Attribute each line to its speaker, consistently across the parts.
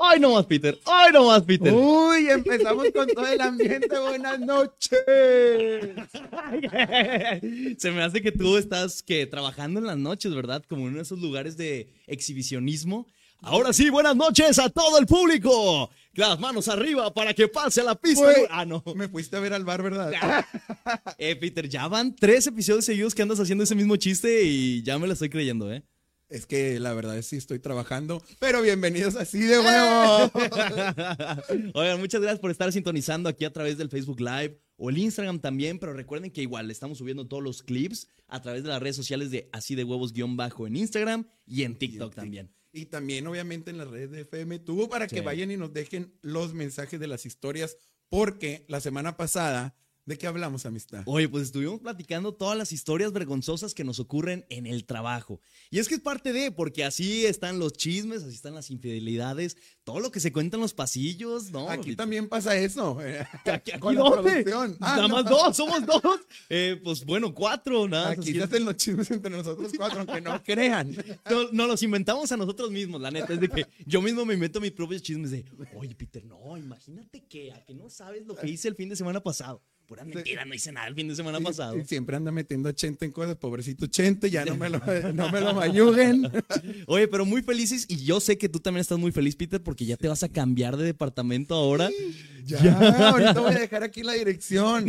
Speaker 1: ¡Ay, no más, Peter! ¡Ay, no más, Peter!
Speaker 2: Uy, empezamos con todo el ambiente. Buenas noches.
Speaker 1: Se me hace que tú estás que trabajando en las noches, ¿verdad? Como en esos lugares de exhibicionismo. Ahora sí, buenas noches a todo el público. Las manos arriba para que pase a la pista.
Speaker 2: Güey.
Speaker 1: Ah, no.
Speaker 2: Me fuiste a ver al bar, ¿verdad?
Speaker 1: Eh, Peter, ya van tres episodios seguidos que andas haciendo ese mismo chiste y ya me lo estoy creyendo, ¿eh?
Speaker 2: Es que la verdad es que sí estoy trabajando, pero bienvenidos así de nuevo.
Speaker 1: Oigan, muchas gracias por estar sintonizando aquí a través del Facebook Live o el Instagram también, pero recuerden que igual estamos subiendo todos los clips a través de las redes sociales de Así de Huevos guión bajo en Instagram y en TikTok también.
Speaker 2: Y también, obviamente, en las redes de FM Tuvo para que
Speaker 1: Sí.
Speaker 2: vayan y nos dejen los mensajes de las historias, porque la semana pasada, ¿de qué hablamos, amistad?
Speaker 1: Oye, pues estuvimos platicando todas las historias vergonzosas que nos ocurren en el trabajo. Y es que es parte de, porque así están los chismes, así están las infidelidades, todo lo que se cuenta en los pasillos, ¿no?
Speaker 2: Aquí
Speaker 1: Y-
Speaker 2: también pasa eso. eh,
Speaker 1: Aquí, aquí
Speaker 2: con la
Speaker 1: ¿dónde?
Speaker 2: producción. Ah,
Speaker 1: nada
Speaker 2: no,
Speaker 1: más dos, somos dos. Eh, pues bueno, cuatro, nada. más.
Speaker 2: Aquí se hacen Ah, los chismes entre nosotros cuatro, aunque no crean.
Speaker 1: No, no los inventamos a nosotros mismos, la neta. Es de que yo mismo me invento mis propios chismes de, oye, Peter, no, imagínate que a que no sabes lo que hice el fin de semana pasado. Pura mentira, no hice nada el fin de semana pasado.
Speaker 2: Y siempre anda metiendo a Chente en cosas, pobrecito Chente, ya no me lo, no me lo mayuguen.
Speaker 1: Oye, pero muy felices y yo sé que tú también estás muy feliz, Peter, porque ya te vas a cambiar de departamento ahora.
Speaker 2: Ya, ahorita voy a dejar aquí la dirección.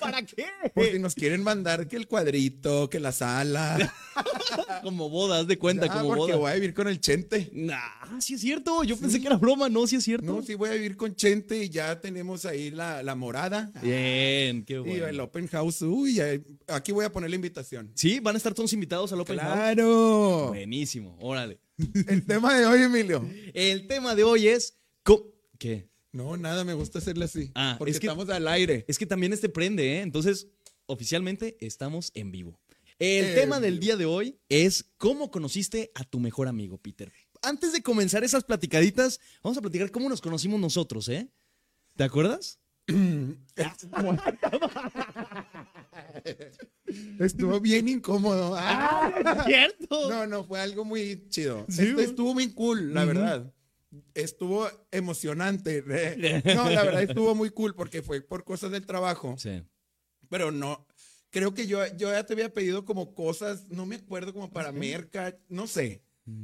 Speaker 1: ¿Para qué?
Speaker 2: Por si nos quieren mandar que el cuadrito, que la sala.
Speaker 1: Como boda, haz de cuenta,
Speaker 2: Ah,
Speaker 1: como
Speaker 2: porque
Speaker 1: boda.
Speaker 2: voy a vivir con el Chente.
Speaker 1: Nah, sí es cierto. Yo pensé que era broma, no, sí es cierto.
Speaker 2: No, sí voy a vivir con Chente y ya tenemos ahí la, la morada.
Speaker 1: Bien, qué
Speaker 2: Y
Speaker 1: bueno.
Speaker 2: el open house. Uy, ya- aquí voy a poner la invitación.
Speaker 1: Sí, van a estar todos invitados al Open House.
Speaker 2: Claro.
Speaker 1: Buenísimo, órale.
Speaker 2: El tema de hoy, Emilio.
Speaker 1: El tema de hoy es. co- ¿Qué?
Speaker 2: No, nada, me gusta hacerle así.
Speaker 1: Ah,
Speaker 2: porque
Speaker 1: es que-
Speaker 2: estamos al aire.
Speaker 1: Es que también este prende, ¿eh? Entonces, oficialmente estamos en vivo. El
Speaker 2: En
Speaker 1: tema del
Speaker 2: vivo.
Speaker 1: día de hoy es cómo conociste a tu mejor amigo, Peter. Antes de comenzar esas platicaditas, vamos a platicar cómo nos conocimos nosotros, ¿eh? ¿Te acuerdas?
Speaker 2: Estuvo bien incómodo. Ah.
Speaker 1: ¡Cierto!
Speaker 2: No, no, fue algo muy chido.
Speaker 1: Sí,
Speaker 2: Esto
Speaker 1: güey.
Speaker 2: estuvo muy cool, la
Speaker 1: Ujú.
Speaker 2: verdad. Estuvo emocionante. eh. No, la verdad estuvo muy cool porque fue por cosas del trabajo.
Speaker 1: Sí.
Speaker 2: Pero no, creo que yo, yo ya te había pedido como cosas, no me acuerdo, como para merca, no sé.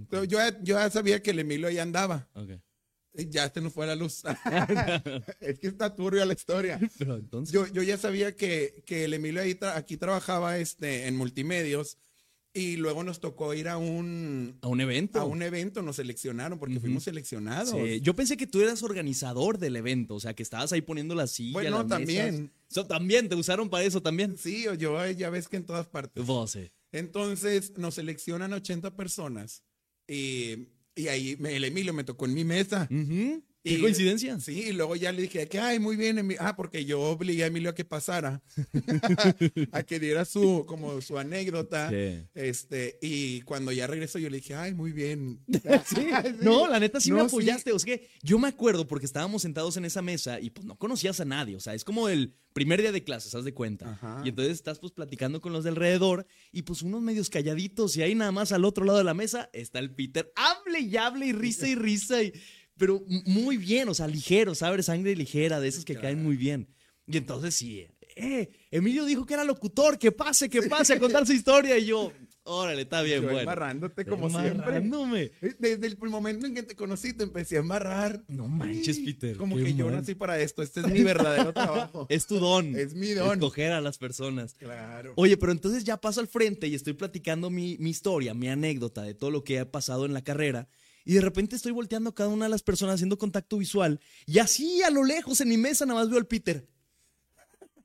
Speaker 2: Pero yo, ya- yo ya sabía que el Emilio ahí andaba.
Speaker 1: Ok.
Speaker 2: Y Ya se nos fue la luz. es que está turbia la historia.
Speaker 1: Pero entonces.
Speaker 2: Yo, yo ya sabía que, que el Emilio ahí tra- aquí trabajaba este, en multimedios y luego nos tocó ir a un,
Speaker 1: a un evento.
Speaker 2: a un evento nos seleccionaron porque
Speaker 1: Ujú.
Speaker 2: fuimos seleccionados.
Speaker 1: Sí, Yo pensé que tú eras organizador del evento, o sea, que estabas ahí poniendo la silla.
Speaker 2: Bueno,
Speaker 1: las mesas.
Speaker 2: también.
Speaker 1: So, también, te usaron para eso también.
Speaker 2: Sí, o yo eh, ya ves que en todas partes.
Speaker 1: Vos, eh.
Speaker 2: Entonces nos seleccionan 80 personas y, y ahí me- el Emilio me tocó en mi mesa.
Speaker 1: Mm, Ujú. Qué
Speaker 2: Y-
Speaker 1: coincidencia.
Speaker 2: Sí, y luego ya le dije que, ay, muy bien, Emi- ah, porque yo obligué a Emilio a que pasara, a que diera su, como su anécdota.
Speaker 1: Sí.
Speaker 2: Este, y cuando ya regreso yo le dije, ay, muy bien.
Speaker 1: No, la neta sí me
Speaker 2: No,
Speaker 1: apoyaste. O sea, que yo me acuerdo porque estábamos sentados en esa mesa y pues no conocías a nadie. O sea, es como el primer día de clases, haz de cuenta.
Speaker 2: Ajá.
Speaker 1: Y entonces estás pues platicando con los de alrededor y pues unos medios calladitos y ahí nada más al otro lado de la mesa está el Peter. Hable y hable y risa y risa. Y, pero m- muy bien, o sea, ligero, ¿sabes? Sangre ligera, de esos que caen muy bien. Y entonces sí, eh, Emilio dijo que era locutor, que pase, que pase a contar su historia. Y yo, órale, está bien,
Speaker 2: Yo
Speaker 1: bueno.
Speaker 2: embarrándote como siempre.
Speaker 1: Amarrándome.
Speaker 2: Desde el momento en que te conocí te empecé a embarrar.
Speaker 1: No manches, Peter.
Speaker 2: Como
Speaker 1: qué
Speaker 2: que yo
Speaker 1: mal.
Speaker 2: nací para esto, este es mi verdadero trabajo.
Speaker 1: Es tu don.
Speaker 2: Es mi don.
Speaker 1: Escoger a las personas.
Speaker 2: Claro.
Speaker 1: Oye, pero entonces ya paso al frente y estoy platicando mi, mi historia, mi anécdota de todo lo que ha pasado en la carrera. Y de repente estoy volteando a cada una de las personas haciendo contacto visual. Y así a lo lejos en mi mesa nada más veo al Peter.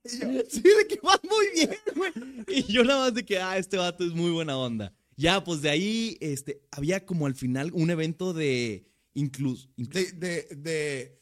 Speaker 2: Y yo,
Speaker 1: Sí, de que vas muy bien, güey. Y yo nada más de que, ah, este vato es muy buena onda. Ya, pues de ahí este, había como al final un evento de inclus, inclu-
Speaker 2: de, de, de,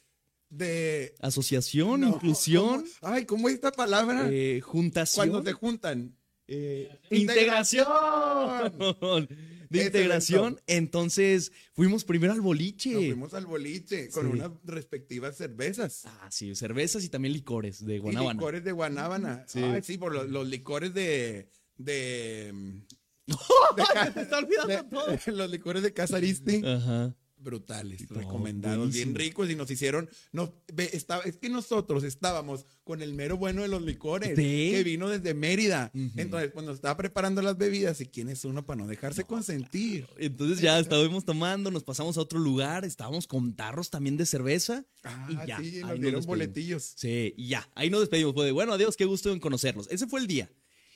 Speaker 2: de-
Speaker 1: asociación,
Speaker 2: no,
Speaker 1: inclusión,
Speaker 2: ¿cómo? Ay, ¿cómo es esta palabra?
Speaker 1: eh, juntación.
Speaker 2: Cuando te juntan. Ah,
Speaker 1: Eh, integración. De
Speaker 2: Ese
Speaker 1: integración. Entonces, fuimos primero al boliche.
Speaker 2: Nos fuimos al boliche con
Speaker 1: Sí.
Speaker 2: unas respectivas cervezas.
Speaker 1: Ah, sí, cervezas y también licores de
Speaker 2: Y
Speaker 1: Guanábana.
Speaker 2: licores de Guanábana.
Speaker 1: Sí.
Speaker 2: Ay, sí, por los, los licores de. de.
Speaker 1: Te está olvidando
Speaker 2: de-
Speaker 1: todo.
Speaker 2: los licores de Casaristi.
Speaker 1: Ajá.
Speaker 2: brutales,
Speaker 1: No,
Speaker 2: recomendados, bien
Speaker 1: buenísimo.
Speaker 2: ricos y nos hicieron, nos, ve, estaba, es que nosotros estábamos con el mero bueno de los licores
Speaker 1: Sí.
Speaker 2: que vino desde Mérida.
Speaker 1: Ujú.
Speaker 2: Entonces, pues nos estaba preparando las bebidas y quién es uno para no dejarse consentir.
Speaker 1: Entonces ya estábamos tomando, nos pasamos a otro lugar, estábamos con tarros también de cerveza.
Speaker 2: Ah,
Speaker 1: y ya, ahí
Speaker 2: sí, nos
Speaker 1: nos
Speaker 2: dieron
Speaker 1: despedimos.
Speaker 2: boletillos.
Speaker 1: Sí, y ya, ahí nos despedimos. Fue de, bueno, adiós, qué gusto en conocerlos. Ese fue el día.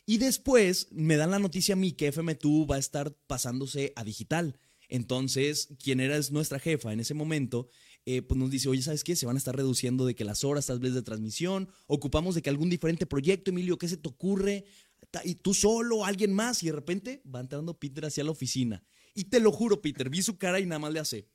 Speaker 1: Y después me dan la noticia a mí que FM2 va a estar pasándose a digital. Entonces, quien era es nuestra jefa en ese momento, eh, pues nos dice, oye, ¿sabes qué? Se van a estar reduciendo de que las horas, tal vez, de transmisión. Ocupamos de que algún diferente proyecto, Emilio, ¿qué se te ocurre? Ta- Y tú solo, alguien más. Y de repente va entrando Peter hacia la oficina. Y te lo juro, Peter, vi su cara y nada más le hace.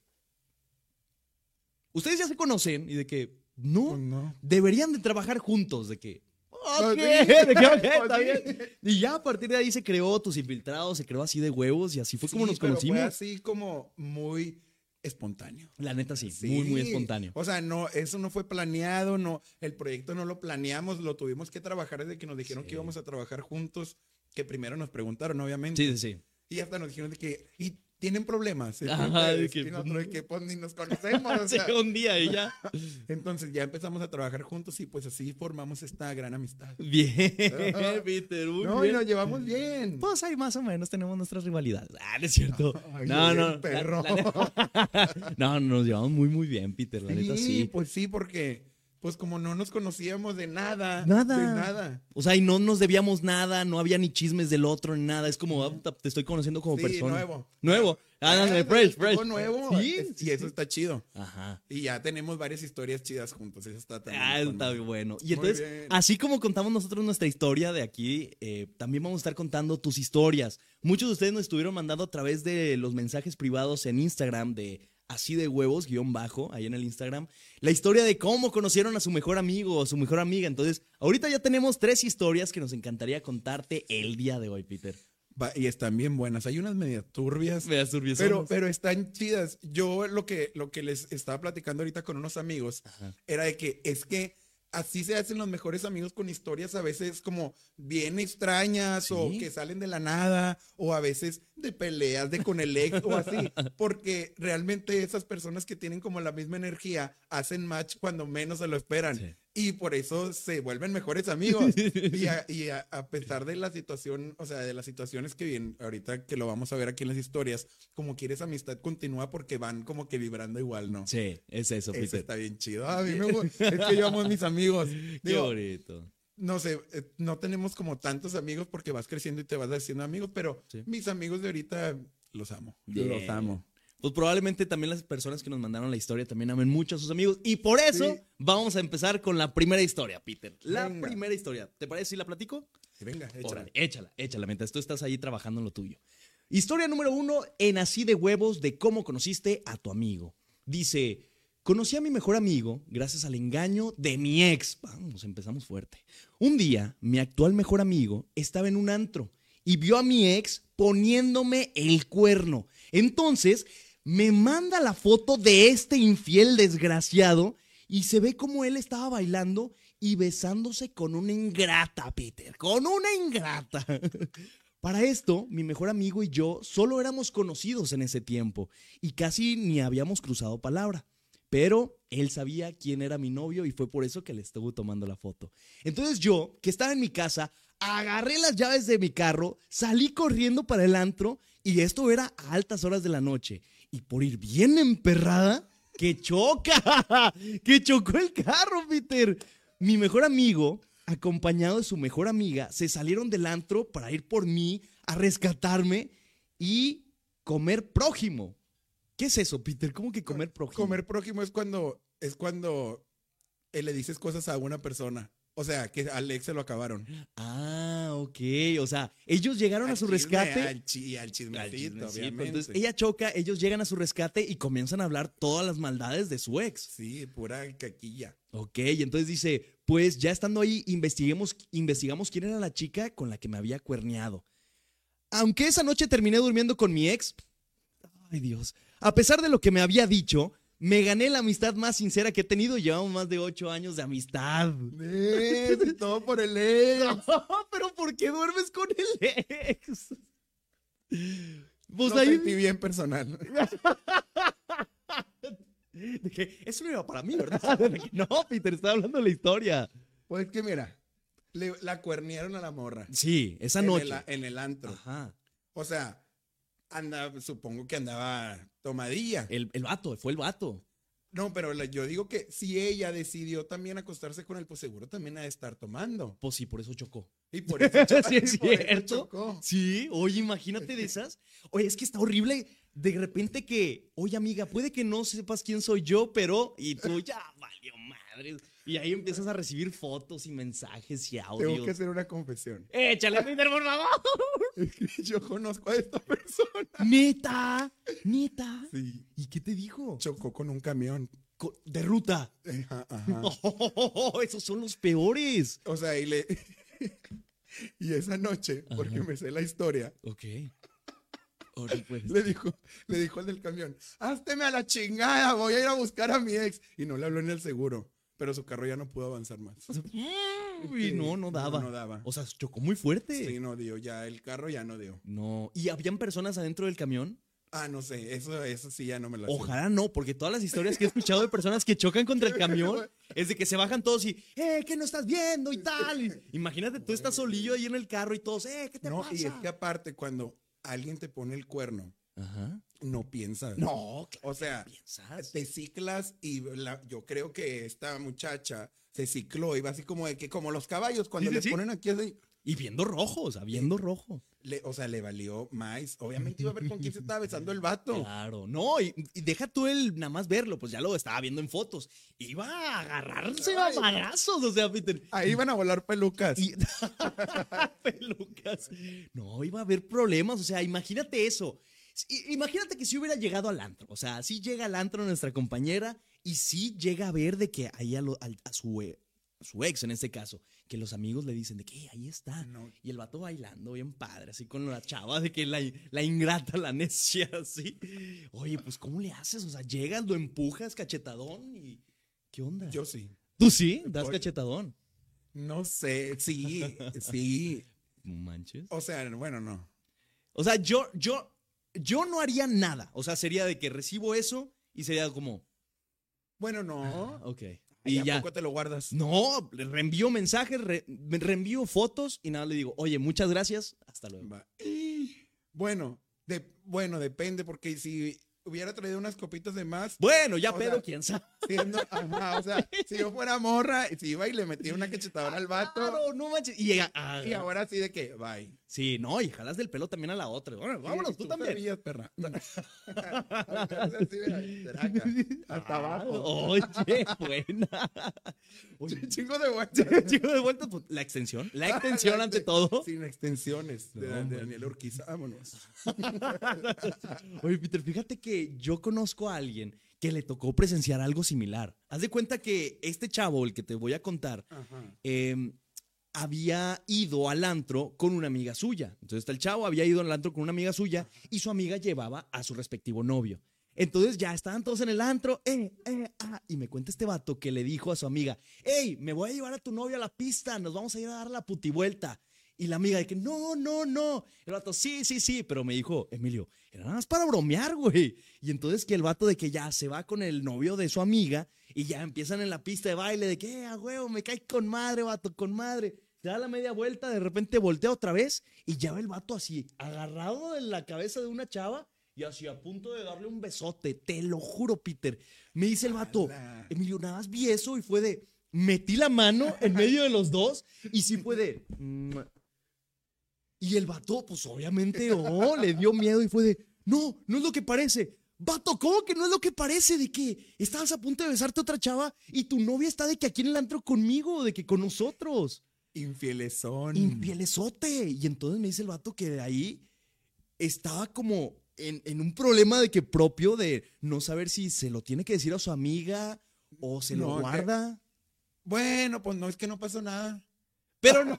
Speaker 1: Ustedes ya se conocen y de que, no,
Speaker 2: Pues no.
Speaker 1: deberían de trabajar juntos, de que, ok,
Speaker 2: Ah, sí. Pues
Speaker 1: de que, ok, está
Speaker 2: Sí.
Speaker 1: bien. Y ya a partir de ahí se creó tus infiltrados, se creó así de huevos y así fue como
Speaker 2: Sí,
Speaker 1: Pues, nos
Speaker 2: pero
Speaker 1: conocimos.
Speaker 2: Fue así como muy espontáneo.
Speaker 1: La neta sí,
Speaker 2: pues, Sí.
Speaker 1: muy, muy espontáneo.
Speaker 2: O sea, no, eso no fue planeado, no, el proyecto no lo planeamos, lo tuvimos que trabajar desde que nos dijeron
Speaker 1: Sí.
Speaker 2: que íbamos a trabajar juntos, que primero nos preguntaron, obviamente,
Speaker 1: Sí, sí, sí.
Speaker 2: y hasta nos dijeron de que, y tienen problemas, Y
Speaker 1: Ajá,
Speaker 2: nosotros,
Speaker 1: de que-
Speaker 2: y nosotros de que, pues, ni nos conocemos, o
Speaker 1: Sí,
Speaker 2: sea.
Speaker 1: un día y ya.
Speaker 2: entonces ya empezamos a trabajar juntos y pues así formamos esta gran amistad.
Speaker 1: Bien, Peter, muy
Speaker 2: no, y
Speaker 1: bien.
Speaker 2: nos llevamos bien.
Speaker 1: Pues ahí más o menos tenemos nuestras rivalidades. Ah, no es cierto.
Speaker 2: Ay,
Speaker 1: no,
Speaker 2: bien,
Speaker 1: no. la-
Speaker 2: perro.
Speaker 1: la neta- no, nos llevamos muy, muy bien, Peter, la neta sí.
Speaker 2: pues sí, porque, pues como no nos conocíamos de nada,
Speaker 1: Nada.
Speaker 2: de nada.
Speaker 1: O sea, y no nos debíamos nada, no había ni chismes del otro ni nada. Es como, ah, te estoy conociendo como
Speaker 2: Sí,
Speaker 1: persona.
Speaker 2: nuevo.
Speaker 1: Nuevo. Ah,
Speaker 2: Ah,
Speaker 1: no, no,
Speaker 2: es
Speaker 1: fresh,
Speaker 2: tipo
Speaker 1: fresh.
Speaker 2: nuevo.
Speaker 1: Sí,
Speaker 2: es-
Speaker 1: sí,
Speaker 2: y eso
Speaker 1: sí.
Speaker 2: está chido.
Speaker 1: Ajá.
Speaker 2: Y ya tenemos varias historias chidas juntos. Eso está también
Speaker 1: Ah,
Speaker 2: con-
Speaker 1: está bien bueno. Y
Speaker 2: Muy
Speaker 1: entonces,
Speaker 2: bien.
Speaker 1: así como contamos nosotros nuestra historia de aquí, eh, también vamos a estar contando tus historias. Muchos de ustedes nos estuvieron mandando a través de los mensajes privados en Instagram de así de huevos, guión bajo, ahí en el Instagram, la historia de cómo conocieron a su mejor amigo o su mejor amiga. Entonces, ahorita ya tenemos tres historias que nos encantaría contarte el día de hoy, Peter.
Speaker 2: Va- y están bien buenas. Hay unas media turbias.
Speaker 1: Me das turbiezones.
Speaker 2: Pero, pero están chidas. Yo lo que, lo que les estaba platicando ahorita con unos amigos
Speaker 1: Ajá.
Speaker 2: era de que es que así se hacen los mejores amigos con historias a veces como bien extrañas o
Speaker 1: Sí.
Speaker 2: que salen de la nada o a veces de peleas de con el ex o así. Porque realmente esas personas que tienen como la misma energía hacen match cuando menos se lo esperan.
Speaker 1: Sí.
Speaker 2: Y por eso se vuelven mejores amigos. Y, a, y a- a pesar de la situación, o sea, de las situaciones que vienen ahorita, que lo vamos a ver aquí en las historias, como quieres amistad continúa porque van como que vibrando igual, ¿no?
Speaker 1: Sí, es eso,
Speaker 2: Eso
Speaker 1: Peter.
Speaker 2: está bien chido. Ah, A mí me gu- es que yo amo a mis amigos.
Speaker 1: Qué
Speaker 2: Digo,
Speaker 1: bonito.
Speaker 2: no sé, eh, no tenemos como tantos amigos porque vas creciendo y te vas haciendo amigos, pero
Speaker 1: Sí.
Speaker 2: mis amigos de ahorita los amo.
Speaker 1: Bien.
Speaker 2: Los amo.
Speaker 1: Pues probablemente también las personas que nos mandaron la historia también amen mucho a sus amigos. Y por eso
Speaker 2: Sí.
Speaker 1: vamos a empezar con la primera historia, Peter. La
Speaker 2: Venga.
Speaker 1: primera historia. ¿Te parece si la platico?
Speaker 2: Y venga,
Speaker 1: Órale,
Speaker 2: échale.
Speaker 1: échala, échala, mientras tú estás ahí trabajando en lo tuyo. Historia número uno en Así de Huevos de cómo conociste a tu amigo. Dice, conocí a mi mejor amigo gracias al engaño de mi ex. Vamos, empezamos fuerte. Un día, mi actual mejor amigo estaba en un antro y vio a mi ex poniéndome el cuerno. Entonces, me manda la foto de este infiel desgraciado y se ve como él estaba bailando y besándose con una ingrata, Peter, con una ingrata. Para esto, mi mejor amigo y yo solo éramos conocidos en ese tiempo y casi ni habíamos cruzado palabra. Pero él sabía quién era mi novio y fue por eso que le estuvo tomando la foto. Entonces yo, que estaba en mi casa, agarré las llaves de mi carro, salí corriendo para el antro y esto era a altas horas de la noche. Y por ir bien emperrada, que choca, que chocó el carro, Peter. Mi mejor amigo, acompañado de su mejor amiga, se salieron del antro para ir por mí a rescatarme y comer prójimo. ¿Qué es eso, Peter? ¿Cómo que comer prójimo?
Speaker 2: Comer prójimo es cuando es cuando eh, le dices cosas a una persona. O sea, que al ex se lo acabaron.
Speaker 1: Ah, ok. O sea, ellos llegaron a
Speaker 2: Al
Speaker 1: su
Speaker 2: chisme,
Speaker 1: rescate.
Speaker 2: Al, chi- al
Speaker 1: Al
Speaker 2: chismecito,
Speaker 1: chismecito.
Speaker 2: obviamente.
Speaker 1: Entonces, ella choca, ellos llegan a su rescate y comienzan a hablar todas las maldades de su ex.
Speaker 2: Sí, pura caquilla.
Speaker 1: Ok, y entonces dice, pues ya estando ahí, investiguemos, investigamos quién era la chica con la que me había cuerneado. Aunque esa noche terminé durmiendo con mi ex, ay Dios, a pesar de lo que me había dicho, me gané la amistad más sincera que he tenido y llevamos más de ocho años de amistad.
Speaker 2: Eh, todo por el ex.
Speaker 1: pero ¿por qué duermes con el ex? Pues
Speaker 2: Lo
Speaker 1: ahí...
Speaker 2: sentí bien personal.
Speaker 1: De que, eso no era para mí, ¿verdad? De que, no, Peter, estaba hablando de la historia.
Speaker 2: Pues que mira, le- la cuernieron a la morra.
Speaker 1: Sí, esa
Speaker 2: en
Speaker 1: noche.
Speaker 2: el a- en el antro.
Speaker 1: Ajá.
Speaker 2: O sea, anda, supongo que andaba tomadilla.
Speaker 1: El, el vato, fue el vato.
Speaker 2: No, pero la- yo digo que si ella decidió también acostarse con él, pues seguro también ha de estar tomando.
Speaker 1: Pues sí, por eso chocó.
Speaker 2: Y por eso, cho-
Speaker 1: Sí, es
Speaker 2: y por eso
Speaker 1: cierto.
Speaker 2: chocó.
Speaker 1: Sí, oye, imagínate de esas. Oye, es que está horrible de repente que, oye, amiga, puede que no sepas quién soy yo, pero. Y tú ya valió madre. Y ahí empiezas a recibir fotos y mensajes y
Speaker 2: Tengo que
Speaker 1: audios.
Speaker 2: hacer una confesión.
Speaker 1: Échale, Peter, por favor.
Speaker 2: Yo conozco a esta persona.
Speaker 1: Neta, neta.
Speaker 2: Sí,
Speaker 1: ¿Y qué te dijo?
Speaker 2: chocó con un camión.
Speaker 1: Co- De ruta.
Speaker 2: Ajá, ajá.
Speaker 1: Oh, esos son los peores.
Speaker 2: O sea, y le. y esa noche, porque
Speaker 1: Ajá.
Speaker 2: me sé la historia,
Speaker 1: Ok. Ahora pues.
Speaker 2: le dijo, le dijo al del camión: ¡Házteme a la chingada! Voy a ir a buscar a mi ex. Y no le habló en el seguro, pero su carro ya no pudo avanzar más.
Speaker 1: Uy,
Speaker 2: Sí,
Speaker 1: no, no daba.
Speaker 2: No, daba.
Speaker 1: O sea, chocó muy fuerte.
Speaker 2: Sí, no dio, ya el carro ya no dio.
Speaker 1: No. ¿Y habían personas adentro del camión?
Speaker 2: Ah, no sé, eso, eso sí ya no me la sé.
Speaker 1: Ojalá no, porque todas las historias que he escuchado de personas que chocan contra el camión es de que se bajan todos y, ¡eh, que no estás viendo! y tal. Y Imagínate, tú estás solillo ahí en el carro y todos, ¡eh, qué te
Speaker 2: No,
Speaker 1: pasa!
Speaker 2: y es que aparte, cuando alguien te pone el cuerno,
Speaker 1: Ajá.
Speaker 2: no piensas.
Speaker 1: No, claro,
Speaker 2: O sea,
Speaker 1: piensas.
Speaker 2: te ciclas y la- yo creo que esta muchacha se cicló y va así como de que como los caballos cuando
Speaker 1: Sí, sí,
Speaker 2: les
Speaker 1: sí.
Speaker 2: ponen aquí así,
Speaker 1: Y viendo rojo, o sea, viendo rojo.
Speaker 2: le- o sea, le valió más. Obviamente iba a ver con quién se estaba besando el vato.
Speaker 1: Claro, no, y, y deja tú el nada más verlo, pues ya lo estaba viendo en fotos. Iba a agarrarse a
Speaker 2: Ay.
Speaker 1: madrazos, o sea, Peter.
Speaker 2: Ahí van a volar pelucas.
Speaker 1: Y- Pelucas. No, iba a haber problemas, o sea, imagínate eso. I- Imagínate que si hubiera llegado al antro, o sea, si llega al antro nuestra compañera y si llega a ver de que ahí a, lo- al- a su, e- a su ex en este caso, que los amigos le dicen de que "Eh, ahí está.
Speaker 2: Ah, No,
Speaker 1: Y el vato bailando bien padre, así con la chava de que la, la ingrata, la necia, así. Oye, pues, ¿cómo le haces? O sea, llegas, lo empujas, cachetadón y. ¿Qué onda?
Speaker 2: yo sí.
Speaker 1: ¿Tú sí? Das
Speaker 2: Oye.
Speaker 1: cachetadón.
Speaker 2: No sé, sí, sí.
Speaker 1: No manches.
Speaker 2: O sea, bueno, no.
Speaker 1: O sea, yo, yo, yo no haría nada. O sea, sería de que recibo eso y sería como.
Speaker 2: Bueno, no.
Speaker 1: ah, ok.
Speaker 2: ¿Y
Speaker 1: Y
Speaker 2: a
Speaker 1: ya.
Speaker 2: poco te lo guardas?
Speaker 1: No, le reenvío mensajes, re- me reenvío fotos y nada, le digo, oye, muchas gracias, hasta luego.
Speaker 2: Va. Bueno, de, bueno, depende, porque si hubiera traído unas copitas de más,
Speaker 1: Bueno, ya
Speaker 2: O
Speaker 1: pedo,
Speaker 2: sea,
Speaker 1: quién sabe.
Speaker 2: siendo- ajá, o sea, si yo fuera morra, si iba y le metía una cachetadora al vato,
Speaker 1: Claro, no manches. Y, llega, ah,
Speaker 2: y ahora sí de que, bye.
Speaker 1: Sí, no, y jalas del pelo también a la otra. Bueno, vámonos,
Speaker 2: Sí,
Speaker 1: tú, también.
Speaker 2: servías, perra. Así, mira, traca, Hasta abajo.
Speaker 1: Ah, Oye, buena. Oye,
Speaker 2: Chingo de guachas.
Speaker 1: chico, de vuelta, pues, la extensión. La extensión ante todo.
Speaker 2: Sin extensiones. De,
Speaker 1: No,
Speaker 2: de
Speaker 1: hombre.
Speaker 2: Daniel Urquiza. Vámonos.
Speaker 1: Oye, Peter, fíjate que yo conozco a alguien que le tocó presenciar algo similar. Haz de cuenta que este chavo, el que te voy a contar,
Speaker 2: Ajá.
Speaker 1: eh, había ido al antro con una amiga suya. Entonces está el chavo, había ido al antro con una amiga suya y su amiga llevaba a su respectivo novio. Entonces ya estaban todos en el antro, eh, eh, ah, y me cuenta este vato que le dijo a su amiga, hey, me voy a llevar a tu novio a la pista, nos vamos a ir a dar la putivuelta. Y la amiga de que, no, no, no. El vato, sí, sí, sí, pero me dijo, Emilio, era nada más para bromear, güey. Y entonces que el vato de que ya se va con el novio de su amiga y ya empiezan en la pista de baile de que, "Eh, a huevo, me cae con madre, vato, con madre. Se da la media vuelta, de repente voltea otra vez y ya ve el vato así, agarrado de la cabeza de una chava y así a punto de darle un besote. Te lo juro, Peter. Me dice el vato,
Speaker 2: Ala.
Speaker 1: Emilio, nada más vi eso y fue de, metí la mano en medio de los dos y sí fue de... "Mua". Y el vato, pues obviamente, oh, le dio miedo y fue de, no, no es lo que parece. Vato, ¿cómo que no es lo que parece? De que estabas a punto de besarte a otra chava y tu novia está de que aquí en el antro conmigo, de que con nosotros.
Speaker 2: Infielesón.
Speaker 1: Mm. Infielesote. Y entonces me dice el vato que de ahí estaba como en, en un problema de que propio de no saber si se lo tiene que decir a su amiga o se
Speaker 2: No,
Speaker 1: lo
Speaker 2: que-
Speaker 1: guarda.
Speaker 2: Bueno, pues no es que no pasó nada.
Speaker 1: Pero no,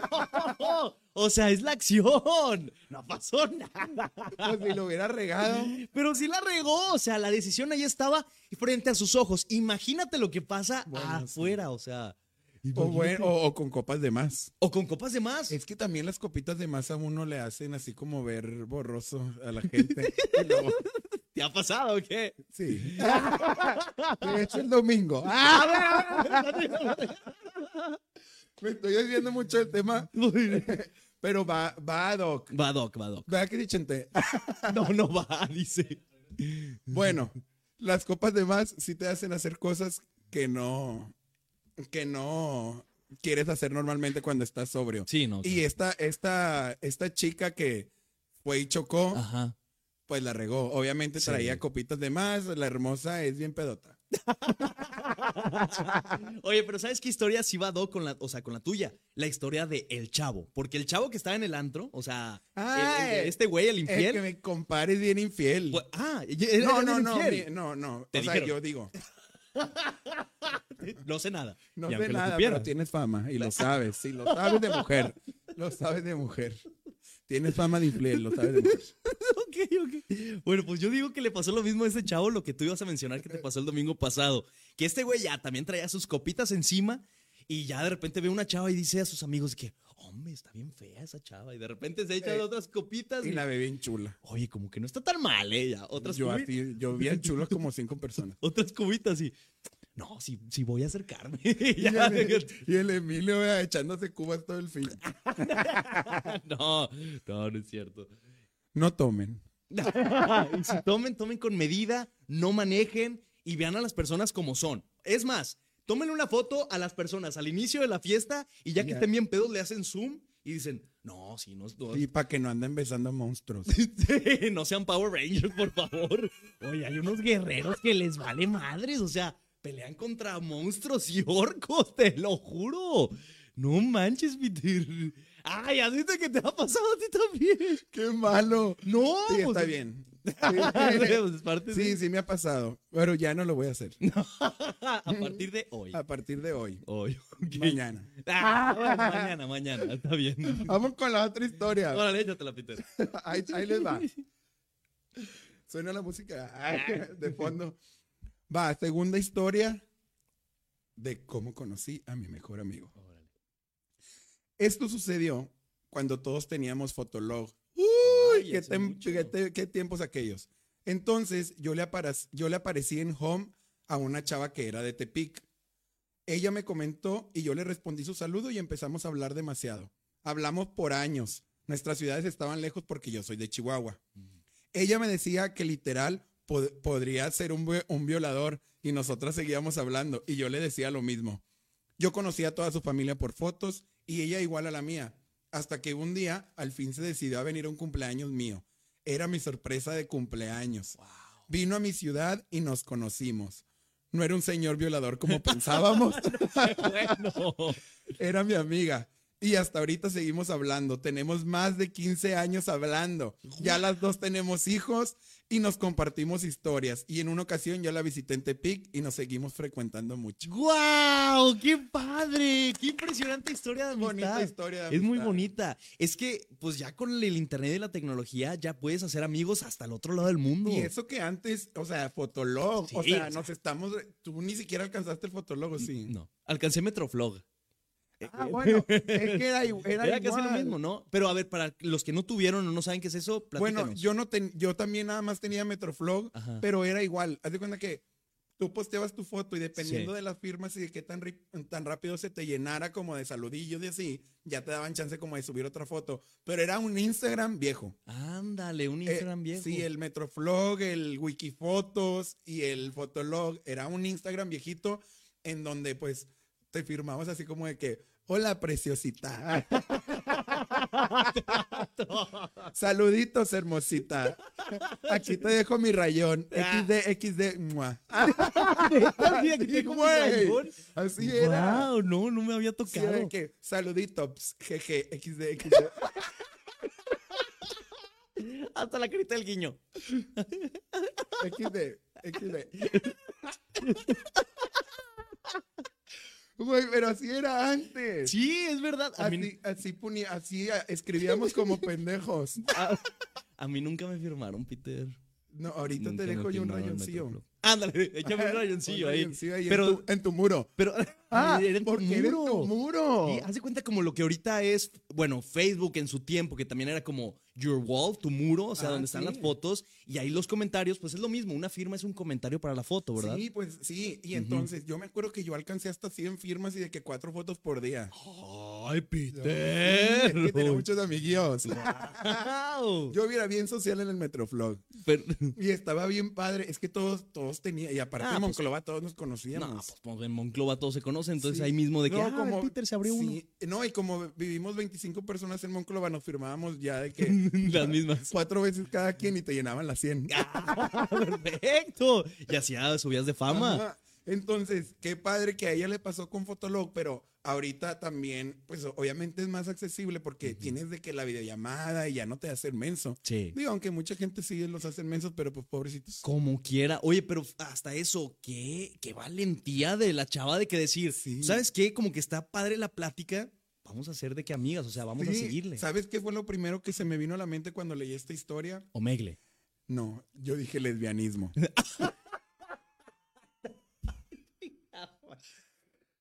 Speaker 1: o sea, es la acción. No pasó nada.
Speaker 2: Pues si lo hubiera regado.
Speaker 1: Pero sí la regó, o sea, la decisión ahí estaba frente a sus ojos. Imagínate lo que pasa
Speaker 2: Bueno, sí.
Speaker 1: afuera, o sea.
Speaker 2: O,
Speaker 1: imagínate.
Speaker 2: bueno, o- o con copas de más.
Speaker 1: O con copas de más.
Speaker 2: Es que también las copitas de más a uno le hacen así como ver borroso a la gente. Y luego,
Speaker 1: ¿Te ha pasado o qué?
Speaker 2: Sí. De hecho, el domingo. Me estoy desviando mucho del tema, pero va, va ad hoc.
Speaker 1: Va Doc, va Doc.
Speaker 2: ¿Verdad que dichente?
Speaker 1: No, no va, dice.
Speaker 2: Bueno, las copas de más sí te hacen hacer cosas que no, que no quieres hacer normalmente cuando estás sobrio.
Speaker 1: Sí, no.
Speaker 2: Y
Speaker 1: sí.
Speaker 2: esta, esta, esta chica que fue y chocó,
Speaker 1: Ajá.
Speaker 2: pues la regó. Obviamente
Speaker 1: Ah. Sí.
Speaker 2: traía copitas de más, la hermosa es bien pedota.
Speaker 1: Oye, pero ¿sabes qué historia sí va Doc con la, o sea, con la tuya? La historia de El Chavo. Porque el chavo que estaba en el antro, o sea, el-
Speaker 2: Ah,
Speaker 1: el- este güey, el
Speaker 2: Es
Speaker 1: infiel.
Speaker 2: que me compares bien infiel.
Speaker 1: pues- ah, y- era-
Speaker 2: no,
Speaker 1: era
Speaker 2: no,
Speaker 1: el
Speaker 2: no,
Speaker 1: infiel.
Speaker 2: mi- no, no.
Speaker 1: Te
Speaker 2: o sea,
Speaker 1: dijeron.
Speaker 2: yo digo,
Speaker 1: No sé nada.
Speaker 2: no
Speaker 1: Y
Speaker 2: sé
Speaker 1: aunque lo
Speaker 2: nada,
Speaker 1: supiera.
Speaker 2: pero tienes fama y lo sabes. Sí, lo sabes de mujer. Lo sabes de mujer. Tienes fama de infiel, lo sabes de mujer.
Speaker 1: Ok, ok. Bueno, pues yo digo que le pasó lo mismo a ese chavo, lo que tú ibas a mencionar que te pasó el domingo pasado. Que este güey ya también traía sus copitas encima y ya de repente ve una chava y dice a sus amigos que, hombre, está bien fea esa chava. Y de repente se echan
Speaker 2: Eh,
Speaker 1: otras copitas y,
Speaker 2: Y la ve bien chula.
Speaker 1: oye, como que no está tan mal, ¿eh? Ya, otras,
Speaker 2: yo,
Speaker 1: cubi-
Speaker 2: así, yo vi a chulos como cinco personas.
Speaker 1: otras cubitas y, no, si, si voy a acercarme. Y ya,
Speaker 2: y, el, y el Emilio vea, echándose cubas todo el fin.
Speaker 1: no, no, no es cierto.
Speaker 2: No tomen.
Speaker 1: Y si tomen, tomen con medida, no manejen y vean a las personas como son. Es más, tómenle una foto a las personas al inicio de la fiesta y ya que
Speaker 2: Ya.
Speaker 1: estén bien pedos, le hacen zoom y dicen, no, si no, no,
Speaker 2: Y para que no anden besando monstruos.
Speaker 1: no sean Power Rangers, por favor. Oye, hay unos guerreros que les vale madres, o sea, pelean contra monstruos y orcos, te lo juro. No manches, Peter. Ay, ¿a ti te- que te ha pasado a ti también.
Speaker 2: ¡Qué malo!
Speaker 1: No,
Speaker 2: Sí,
Speaker 1: pues-
Speaker 2: está bien.
Speaker 1: Pues es parte de-
Speaker 2: Sí, sí me ha pasado. Pero ya no lo voy a hacer.
Speaker 1: A partir de hoy.
Speaker 2: A partir de hoy.
Speaker 1: Hoy. ok.
Speaker 2: Mañana.
Speaker 1: Ah, bueno, mañana, mañana. Está bien.
Speaker 2: Vamos con la otra historia.
Speaker 1: Órale, échatela, Peter.
Speaker 2: Ahí, ahí les va. Suena la música ay, de fondo. Va, segunda historia de cómo conocí a mi mejor amigo.
Speaker 1: Órale.
Speaker 2: Esto sucedió cuando todos teníamos fotolog. ¡Uy!
Speaker 1: Ay,
Speaker 2: qué,
Speaker 1: hace
Speaker 2: tem-
Speaker 1: mucho.
Speaker 2: qué te- qué tiempos aquellos! Entonces yo le, aparec- yo le aparecí en home a una chava que era de Tepic. Ella me comentó y yo le respondí su saludo y empezamos a hablar demasiado. Hablamos por años. Nuestras ciudades estaban lejos porque yo soy de Chihuahua. Ella me decía que literal pod- podría ser un, vi- un violador y nosotras seguíamos hablando y yo le decía lo mismo. Yo conocía a toda su familia por fotos y ella igual a la mía. Hasta que un día al fin se decidió a venir a un cumpleaños mío. Era mi sorpresa de cumpleaños. Vino a mi ciudad y nos conocimos. No era un señor violador como pensábamos,
Speaker 1: Bueno.
Speaker 2: era mi amiga. Y hasta ahorita seguimos hablando. Tenemos más de 15 años hablando. Ya las dos tenemos hijos y nos compartimos historias. Y en una ocasión yo la visité en Tepic y nos seguimos frecuentando mucho.
Speaker 1: ¡Guau! ¡Qué padre! ¡Qué impresionante historia de amistad!
Speaker 2: Bonita historia. de
Speaker 1: Es muy
Speaker 2: amistad.
Speaker 1: bonita. Es que, pues ya con el internet y la tecnología, ya puedes hacer amigos hasta el otro lado del mundo.
Speaker 2: Y eso que antes, o sea, Fotolog,
Speaker 1: Sí,
Speaker 2: o sea,
Speaker 1: o sea.
Speaker 2: nos estamos. re- Tú ni siquiera alcanzaste el Fotolog, ¿o sí?
Speaker 1: No. Alcancé Metroflog. Eh,
Speaker 2: Ah, bueno, es que era, i- era
Speaker 1: Era casi
Speaker 2: igual.
Speaker 1: lo mismo, ¿no? Pero a ver, para los que no tuvieron o no saben qué es eso, platícanos.
Speaker 2: Bueno, yo no ten- yo también nada más tenía Metroflog,
Speaker 1: Ajá.
Speaker 2: pero era igual. Haz de cuenta que tú posteabas tu foto y dependiendo
Speaker 1: Sí.
Speaker 2: de las firmas y de qué tan, ri- tan rápido se te llenara como de saludillos y así, ya te daban chance como de subir otra foto. Pero era un Instagram viejo.
Speaker 1: Ándale, un
Speaker 2: Eh,
Speaker 1: Instagram viejo.
Speaker 2: Sí, el Metroflog, el Wikifotos y el Fotolog. Era un Instagram viejito en donde pues te firmabas así como de que, hola preciosita. Saluditos, hermosita. Aquí te dejo mi rayón. XD, XD, mua.
Speaker 1: Ah, Mira que
Speaker 2: Sí,
Speaker 1: tengo mi
Speaker 2: güey.
Speaker 1: rayón.
Speaker 2: Así era.
Speaker 1: Guau, no, no me había
Speaker 2: Sí, era
Speaker 1: tocado.
Speaker 2: de que, saluditos, jeje, XD, XD.
Speaker 1: Hasta la carita del guiño.
Speaker 2: XD, XD. Güey, pero así era antes.
Speaker 1: Sí, es verdad. A mí,
Speaker 2: Así, así, puni- así ah, escribíamos como pendejos.
Speaker 1: a, a mí nunca me firmaron, Peter.
Speaker 2: No, ahorita
Speaker 1: Nunca
Speaker 2: te
Speaker 1: me
Speaker 2: dejo yo un
Speaker 1: firmaron
Speaker 2: rayoncillo.
Speaker 1: Metroflog. Ándale, échame un rayoncillo ahí.
Speaker 2: pero, en,
Speaker 1: Pero,
Speaker 2: tu, en tu muro.
Speaker 1: pero,
Speaker 2: Ah,
Speaker 1: era en tu
Speaker 2: porque era en tu
Speaker 1: muro.
Speaker 2: muro.
Speaker 1: Y haz de cuenta como lo que ahorita es, bueno, Facebook en su tiempo, que también era como your wall, tu muro, o sea,
Speaker 2: Ah,
Speaker 1: donde están
Speaker 2: sí.
Speaker 1: las fotos, y ahí los comentarios, pues es lo mismo, una firma es un comentario para la foto, ¿verdad?
Speaker 2: Sí, pues sí. Y
Speaker 1: Ujú.
Speaker 2: entonces yo me acuerdo que yo alcancé hasta 100 firmas y de que cuatro fotos por día.
Speaker 1: ¡Ay,
Speaker 2: Sí, es que tenía
Speaker 1: Peter!
Speaker 2: muchos amiguitos.
Speaker 1: ¡Wow!
Speaker 2: Yo era bien social en el Metroflog.
Speaker 1: Pero-
Speaker 2: Y estaba bien padre. Es que todos, todos tenían. Y aparte
Speaker 1: Ah,
Speaker 2: en
Speaker 1: pues-
Speaker 2: Monclova todos nos
Speaker 1: no,
Speaker 2: conocíamos.
Speaker 1: pues, pues en Monclova todos se conocen, entonces
Speaker 2: Sí.
Speaker 1: ahí mismo de que,
Speaker 2: No,
Speaker 1: ah,
Speaker 2: como-
Speaker 1: el Peter se abrió uno.
Speaker 2: Sí, No, y como vivimos 25 personas en Monclova, nos firmábamos ya de que
Speaker 1: Las mismas.
Speaker 2: cuatro veces cada quien y te llenaban las 100.
Speaker 1: Ah, perfecto. Y así ah, subías de fama.
Speaker 2: Ajá. Entonces, qué padre que a ella le pasó con Fotolog, pero ahorita también, pues obviamente es más accesible porque tienes de que la videollamada y ya no te hace el menso.
Speaker 1: Sí.
Speaker 2: Digo, aunque mucha gente sí los hace mensos, pero pues pobrecitos.
Speaker 1: Como quiera. Oye, pero hasta eso, qué, qué valentía de la chava de que decir,
Speaker 2: Sí.
Speaker 1: ¿sabes qué? Como que está padre la plática, vamos a hacer de que amigas, o sea, vamos a
Speaker 2: Sí,
Speaker 1: seguirle.
Speaker 2: ¿Sabes qué fue lo primero que se me vino a la mente cuando leí esta historia?
Speaker 1: O Megle.
Speaker 2: No, yo dije lesbianismo.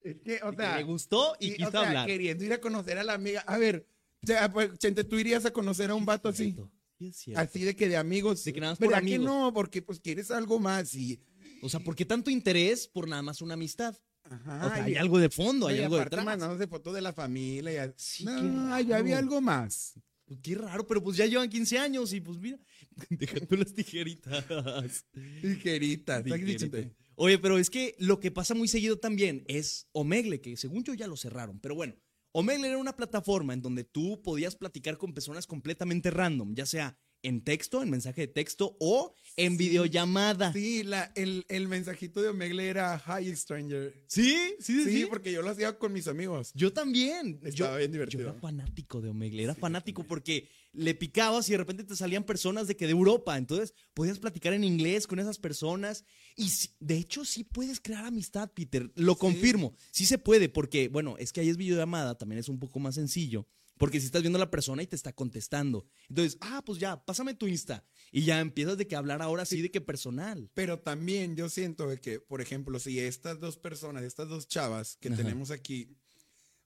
Speaker 2: es que, o
Speaker 1: De que le gustó y,
Speaker 2: Sí,
Speaker 1: quiso
Speaker 2: o sea,
Speaker 1: hablar.
Speaker 2: queriendo ir a conocer a la amiga. A ver, o sea, pues, Chente, tú irías a conocer a un vato así.
Speaker 1: Cierto. Sí, es cierto.
Speaker 2: Así de que de amigos.
Speaker 1: De que nada más por
Speaker 2: ¿Verdad
Speaker 1: amigos.
Speaker 2: que no? Porque pues quieres algo más y.
Speaker 1: O sea, ¿por qué tanto interés por nada más una amistad?
Speaker 2: Ajá.
Speaker 1: o sea,
Speaker 2: Ah, y-
Speaker 1: hay algo de fondo,
Speaker 2: y
Speaker 1: hay algo de
Speaker 2: aparte
Speaker 1: trama.
Speaker 2: mandándose fotos de la familia. Y a-
Speaker 1: Sí, qué
Speaker 2: no, ya había
Speaker 1: raro.
Speaker 2: algo más.
Speaker 1: Pues Qué raro, pero pues ya llevan 15 años y pues mira, dejando las tijeritas.
Speaker 2: Tijerita.
Speaker 1: Tijerita. Oye, pero es que lo que pasa muy seguido también es Omegle, que según yo ya lo cerraron, pero bueno, Omegle era una plataforma en donde tú podías platicar con personas completamente random, ya sea en texto, en mensaje de texto o en videollamada. Sí,
Speaker 2: Sí, la, el, el mensajito de Omegle era Hi Stranger.
Speaker 1: sí, sí.
Speaker 2: Sí,
Speaker 1: sí.
Speaker 2: porque yo lo hacía con mis amigos.
Speaker 1: Yo también.
Speaker 2: Estaba
Speaker 1: yo,
Speaker 2: bien
Speaker 1: Yo
Speaker 2: divertido.
Speaker 1: era fanático de Omegle, era
Speaker 2: Sí, yo
Speaker 1: fanático
Speaker 2: también.
Speaker 1: porque le picabas y de repente te salían personas de que de Europa, entonces podías platicar en inglés con esas personas y sí- de hecho sí puedes crear amistad, Peter, lo
Speaker 2: Sí.
Speaker 1: confirmo, sí se puede porque bueno, es que ahí es videollamada, también es un poco más sencillo. Porque si estás viendo a la persona y te está contestando. Entonces, ah, pues ya, pásame tu Insta. Y ya empiezas de que hablar ahora sí de que personal.
Speaker 2: Pero también yo siento de que, por ejemplo, si estas dos personas, estas dos chavas que
Speaker 1: Ajá.
Speaker 2: tenemos aquí,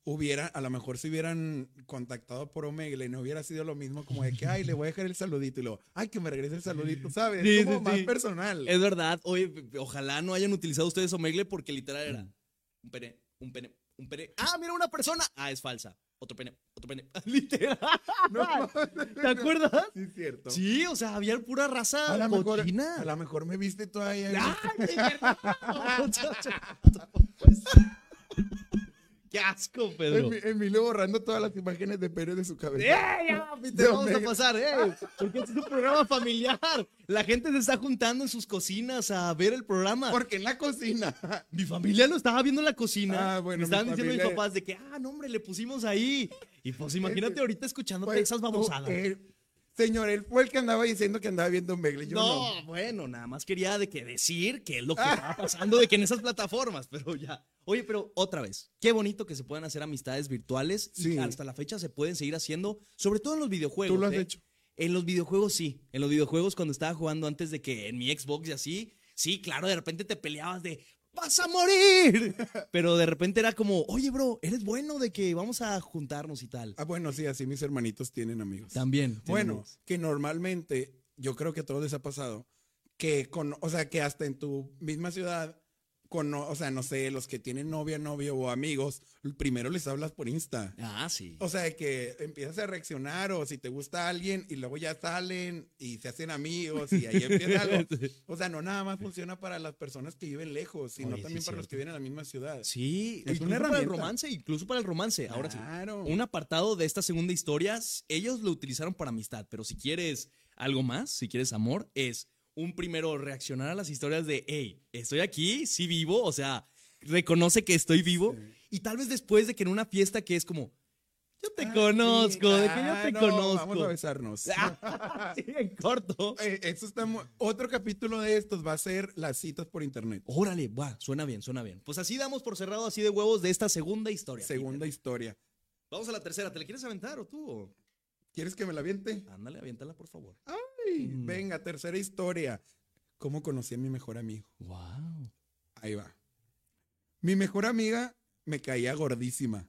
Speaker 2: hubieran, a lo mejor se hubieran contactado por Omegle, no hubiera sido lo mismo como de que, ay, le voy a dejar el saludito y luego, ay, que me regrese el saludito, ¿sabes?
Speaker 1: Sí,
Speaker 2: Es como
Speaker 1: sí,
Speaker 2: más
Speaker 1: sí.
Speaker 2: personal.
Speaker 1: Es verdad. Oye, p- p- ojalá no hayan utilizado ustedes Omegle porque literal era un pene, un pene, un pene. Ah, mira una persona. Ah, es falsa. Otro pene, otro pene. literal.
Speaker 2: No,
Speaker 1: ¿Te acuerdas?
Speaker 2: sí, es cierto.
Speaker 1: Sí, o sea, había pura raza
Speaker 2: A lo mejor,
Speaker 1: cochina.
Speaker 2: a lo mejor me viste todavía.
Speaker 1: ¡Ay, de verdad! Pues, ¡Qué asco, Pedro!
Speaker 2: En mi- Emilio borrando todas las imágenes de Pérez de su
Speaker 1: ¡Ey,
Speaker 2: cabeza.
Speaker 1: ya, Peter,
Speaker 2: De
Speaker 1: vamos a
Speaker 2: Omegle.
Speaker 1: pasar! ¡Ey! Porque este es un programa familiar. La gente se está juntando en sus cocinas a ver el programa.
Speaker 2: Porque en la cocina.
Speaker 1: Mi familia lo estaba viendo en la cocina.
Speaker 2: Ah, bueno,
Speaker 1: me estaban
Speaker 2: mi
Speaker 1: diciendo mis
Speaker 2: familia-
Speaker 1: papás de que, ah, no, hombre, le pusimos ahí. Y pues imagínate ahorita escuchándote
Speaker 2: Pues,
Speaker 1: esas
Speaker 2: tú,
Speaker 1: babosadas.
Speaker 2: él- señor, él fue el que andaba diciendo que andaba viendo Omegle. Yo no. Ah.
Speaker 1: no, bueno, nada más quería de que decir que es lo que estaba pasando de que en esas plataformas, pero ya. Oye, pero otra vez, qué bonito que se puedan hacer amistades virtuales y
Speaker 2: Sí.
Speaker 1: hasta la fecha se pueden seguir haciendo, sobre todo en los videojuegos.
Speaker 2: Tú lo has
Speaker 1: ¿eh?
Speaker 2: hecho.
Speaker 1: En los videojuegos sí. En los videojuegos cuando estaba jugando antes de que en mi Xbox y así, sí, claro, de repente te peleabas de ¡Vas a morir! Pero de repente era como, oye, bro, eres bueno de que vamos a juntarnos y tal.
Speaker 2: Ah, bueno, sí, así mis hermanitos tienen amigos.
Speaker 1: También.
Speaker 2: Bueno,
Speaker 1: tenemos.
Speaker 2: que normalmente, yo creo que a todos les ha pasado, que con, o sea, que hasta en tu misma ciudad, con, o sea, no sé, los que tienen novia, novio o amigos, primero les hablas por Insta.
Speaker 1: Ah, sí.
Speaker 2: O sea, de que empiezas a reaccionar o si te gusta alguien y luego ya salen y se hacen amigos y ahí empieza algo. O sea, no nada más funciona para las personas que viven lejos, sino
Speaker 1: Oye, sí
Speaker 2: también
Speaker 1: es
Speaker 2: para los
Speaker 1: cierto.
Speaker 2: que viven en la misma ciudad.
Speaker 1: Sí,
Speaker 2: Es
Speaker 1: incluso para
Speaker 2: una
Speaker 1: el
Speaker 2: herramienta.
Speaker 1: romance, incluso para el romance. Ahora sí.
Speaker 2: Claro.
Speaker 1: Un apartado de esta segunda historia, s- ellos lo utilizaron para amistad, pero si quieres algo más, si quieres amor, es un primero reaccionar a las historias de, hey, estoy aquí, sí vivo, o sea, reconoce que estoy vivo, y tal vez después de que en una fiesta que es como, yo te
Speaker 2: Ah,
Speaker 1: conozco,
Speaker 2: sí,
Speaker 1: de que yo te
Speaker 2: claro, Vamos a
Speaker 1: conozco. Ah,
Speaker 2: besarnos.
Speaker 1: Sí, en corto.
Speaker 2: Eh, Eso está mu- Otro capítulo de estos va a ser las citas por internet.
Speaker 1: Órale, va, suena bien, suena bien. Pues así damos por cerrado, así de huevos, de esta segunda historia.
Speaker 2: Segunda historia.
Speaker 1: Vamos a la tercera, ¿te la quieres aventar o tú? o?
Speaker 2: ¿Quieres que me la aviente?
Speaker 1: Ándale, aviéntala, por favor.
Speaker 2: Ay,
Speaker 1: Mm.
Speaker 2: Venga, tercera historia. ¿Cómo conocí a mi mejor amigo?
Speaker 1: Wow.
Speaker 2: Ahí va. Mi mejor amiga me caía gordísima.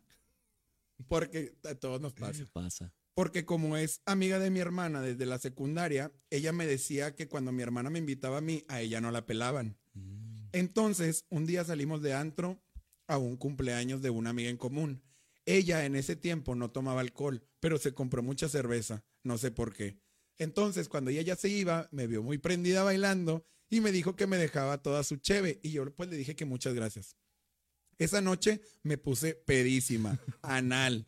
Speaker 2: Porque a todos nos pasa.
Speaker 1: Pasa.
Speaker 2: Porque como es amiga de mi hermana desde la secundaria, ella me decía que cuando mi hermana me invitaba a mí, a ella no la pelaban.
Speaker 1: Mm.
Speaker 2: Entonces, un día salimos de antro a un cumpleaños de una amiga en común. Ella en ese tiempo no tomaba alcohol, pero se compró mucha cerveza, no sé por qué. Entonces, cuando ella ya se iba, me vio muy prendida bailando y me dijo que me dejaba toda su cheve y yo pues le dije que muchas gracias. Esa noche me puse pedísima, anal.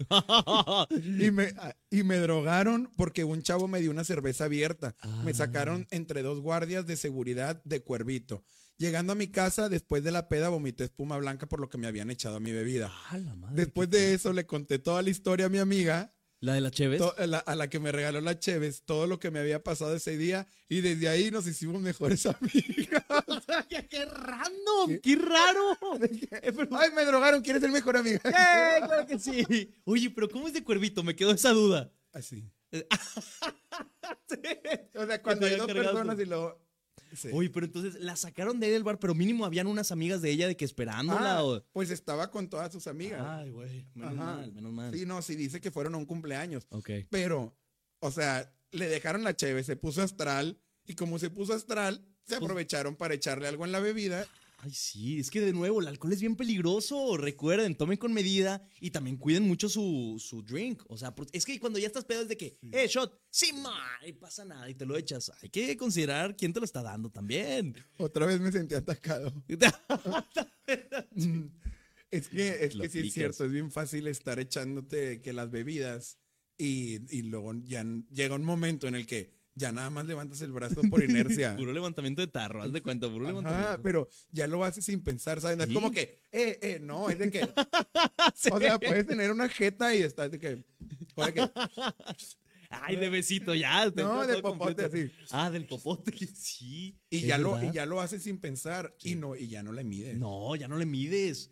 Speaker 2: Y me, ah, y me drogaron porque un chavo me dio una cerveza abierta.
Speaker 1: Ah.
Speaker 2: Me sacaron entre dos guardias de seguridad de cuervito. Llegando a mi casa, después de la peda, vomité espuma blanca por lo que me habían echado a mi bebida.
Speaker 1: Ah, la madre.
Speaker 2: Después
Speaker 1: qué-
Speaker 2: de eso, le conté toda la historia a mi amiga,
Speaker 1: La de la Chévez.
Speaker 2: to- a la, a la que me regaló la Cheves, todo lo que me había pasado ese día. Y desde ahí nos hicimos mejores amigas.
Speaker 1: ¡Qué, random! ¡Qué raro!
Speaker 2: Ay, me drogaron, ¿quieres ser mejor amiga?
Speaker 1: ¡Eh, claro que sí! Oye, pero ¿cómo es de cuervito? Me quedó esa duda.
Speaker 2: Así. O sea, cuando
Speaker 1: te
Speaker 2: hay
Speaker 1: había
Speaker 2: dos
Speaker 1: cargado
Speaker 2: personas
Speaker 1: tú.
Speaker 2: y luego... Sí.
Speaker 1: Oye, pero entonces la sacaron de ahí del bar, pero mínimo habían unas amigas de ella de que esperándola
Speaker 2: Ah,
Speaker 1: o.
Speaker 2: Pues estaba con todas sus amigas.
Speaker 1: Ay, güey. Menos
Speaker 2: Ajá.
Speaker 1: mal, menos mal.
Speaker 2: Sí, no, sí dice que fueron a un cumpleaños.
Speaker 1: Ok.
Speaker 2: Pero, o sea, le dejaron la cheve, se puso astral. Y como se puso astral, se
Speaker 1: Pues-
Speaker 2: aprovecharon para echarle algo en la bebida.
Speaker 1: Ay, sí, es que de nuevo, el alcohol es bien peligroso. Recuerden, tomen con medida y también cuiden mucho su, su drink. O sea, por- es que cuando ya estás pedo es de que, eh, shot, sí, ma, y pasa nada y te lo echas. Hay que considerar quién te lo está dando también.
Speaker 2: Otra vez me sentí atacado. Ah. Mm. es que, es
Speaker 1: Lo
Speaker 2: que sí
Speaker 1: aplicas.
Speaker 2: es cierto, es bien fácil estar echándote que las bebidas. Y, y luego ya n- llega un momento en el que ya nada más levantas el brazo por inercia.
Speaker 1: Puro levantamiento de tarro, haz de cuenta, puro
Speaker 2: Ajá,
Speaker 1: levantamiento.
Speaker 2: pero ya lo haces sin pensar, ¿sabes? No Es
Speaker 1: Sí.
Speaker 2: como que, eh, eh, no, es de que,
Speaker 1: Sí.
Speaker 2: o sea, puedes tener una jeta y estás de que, o de que,
Speaker 1: Ay, de besito, ya. te
Speaker 2: no,
Speaker 1: entra
Speaker 2: del
Speaker 1: todo
Speaker 2: popote
Speaker 1: completo.
Speaker 2: así.
Speaker 1: Ah, del popote, sí.
Speaker 2: Y
Speaker 1: es
Speaker 2: ya, lo, y
Speaker 1: verdad.
Speaker 2: ya lo haces sin pensar
Speaker 1: Sí.
Speaker 2: y no, y ya no la mides.
Speaker 1: No, ya no le mides.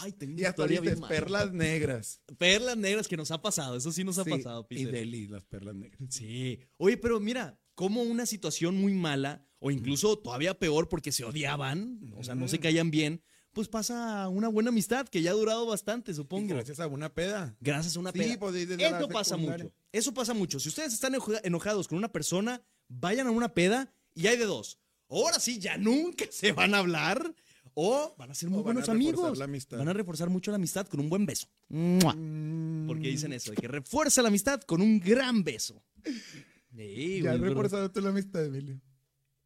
Speaker 1: Ay, tengo una
Speaker 2: Y hasta
Speaker 1: historia
Speaker 2: dices
Speaker 1: bien mala.
Speaker 2: perlas negras.
Speaker 1: Perlas negras que nos ha pasado, eso sí nos ha
Speaker 2: Sí,
Speaker 1: pasado,
Speaker 2: y
Speaker 1: Peter.
Speaker 2: deli, las perlas negras.
Speaker 1: Sí. Oye, pero mira, como una situación muy mala, o incluso todavía peor porque se odiaban, o sea, no se
Speaker 2: Ujú.
Speaker 1: caían bien, pues pasa una buena amistad que ya ha durado bastante,
Speaker 2: Y
Speaker 1: supongo. Gracias,
Speaker 2: gracias a una peda.
Speaker 1: a una
Speaker 2: Sí,
Speaker 1: peda.
Speaker 2: pues, desde la
Speaker 1: Eso pasa
Speaker 2: secundaria.
Speaker 1: mucho. Eso pasa mucho. Si ustedes están enoja- enojados con una persona, vayan a una peda y hay de dos. Ahora sí, ya nunca se van a hablar o van a ser muy
Speaker 2: O van a
Speaker 1: buenos
Speaker 2: reforzar
Speaker 1: amigos.
Speaker 2: la amistad.
Speaker 1: Van a reforzar mucho la amistad con un buen beso. ¡Mua!
Speaker 2: Mm,
Speaker 1: Porque dicen eso, de que refuerza la amistad con un gran beso. Sí,
Speaker 2: Ya
Speaker 1: güey,
Speaker 2: has
Speaker 1: es verdad.
Speaker 2: reforzado tú la amistad, Emilio.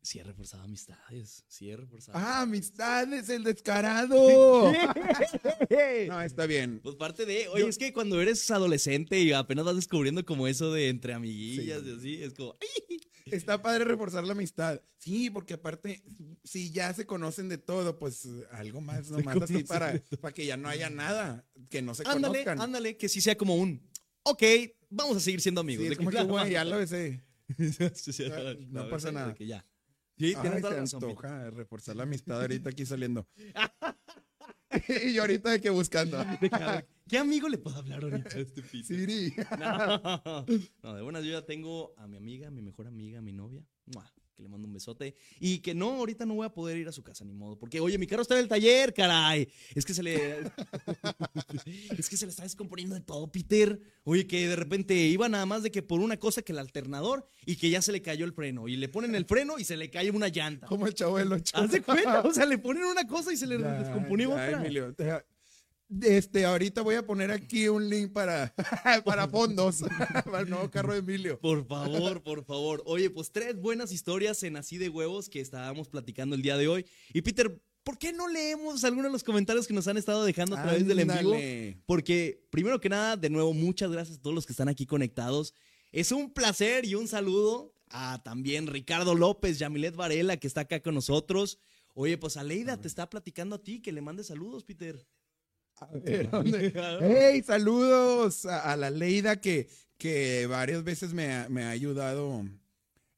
Speaker 1: Sí he reforzado amistades, sí he reforzado.
Speaker 2: Ah, amistades, el descarado.
Speaker 1: pues
Speaker 2: No, está bien.
Speaker 1: parte de, oye,
Speaker 2: Yo-
Speaker 1: es que cuando eres adolescente y apenas vas descubriendo como eso de entre amiguillas
Speaker 2: Sí.
Speaker 1: y así, es como, ¡ay!
Speaker 2: Está padre reforzar la amistad. Sí, porque aparte, si ya se conocen de todo, pues algo más, nomás así
Speaker 1: conocen Mm. de
Speaker 2: para, para que ya no haya nada, que no se
Speaker 1: ándale,
Speaker 2: conozcan.
Speaker 1: ándale, que sí sea como un, ok, vamos a seguir siendo
Speaker 2: Sí,
Speaker 1: amigos.
Speaker 2: es
Speaker 1: de
Speaker 2: como que,
Speaker 1: ya,
Speaker 2: güey, ya lo besé.
Speaker 1: Sí, sí,
Speaker 2: ya,
Speaker 1: sí,
Speaker 2: no
Speaker 1: sí,
Speaker 2: pasa
Speaker 1: de
Speaker 2: nada.
Speaker 1: que ya. Sí,
Speaker 2: Ay,
Speaker 1: tienes toda
Speaker 2: se
Speaker 1: la razón. Pito.
Speaker 2: antoja reforzar la amistad ahorita aquí saliendo. y yo ahorita de que buscando.
Speaker 1: De que, a ver, ¿Qué amigo le puedo hablar ahorita a este pito?
Speaker 2: Siri.
Speaker 1: No. No, de buenas yo ya tengo a mi amiga, a mi mejor amiga, a mi novia, ¡mua! que le mando un besote. Y que no, ahorita no voy a poder ir a su casa, ni modo. Porque, oye, mi carro está en el taller, caray. Es que se le... es que se le está descomponiendo de todo, Peter. Oye, que de repente iba nada más de que por una cosa que el alternador y que ya se le cayó el freno. Y le ponen el freno y se le cae una llanta.
Speaker 2: Como el chavo del ocho.
Speaker 1: Haz de cuenta, o sea, le ponen una cosa y se le
Speaker 2: Ya,
Speaker 1: descomponió
Speaker 2: ya,
Speaker 1: otra.
Speaker 2: Emilio, deja- Este, ahorita voy a poner aquí un link para, para fondos, para el nuevo carro de Emilio.
Speaker 1: Por favor, por favor. Oye, pues tres buenas historias en Así de Huevos que estábamos platicando el día de hoy. Y Peter, ¿por qué no leemos algunos de los comentarios que nos han estado dejando a través del en vivo?
Speaker 2: Ándale.
Speaker 1: Porque, primero que nada, de nuevo, muchas gracias a todos los que están aquí conectados. Es un placer y un saludo a también Ricardo López, Yamilet Varela, que está acá con nosotros. Oye, pues Aleida te está platicando a ti, que le mande saludos, Peter.
Speaker 2: A ver, Eh, ¿dónde? ¡Hey! Saludos a, a la Leida que, que varias veces me ha, me ha ayudado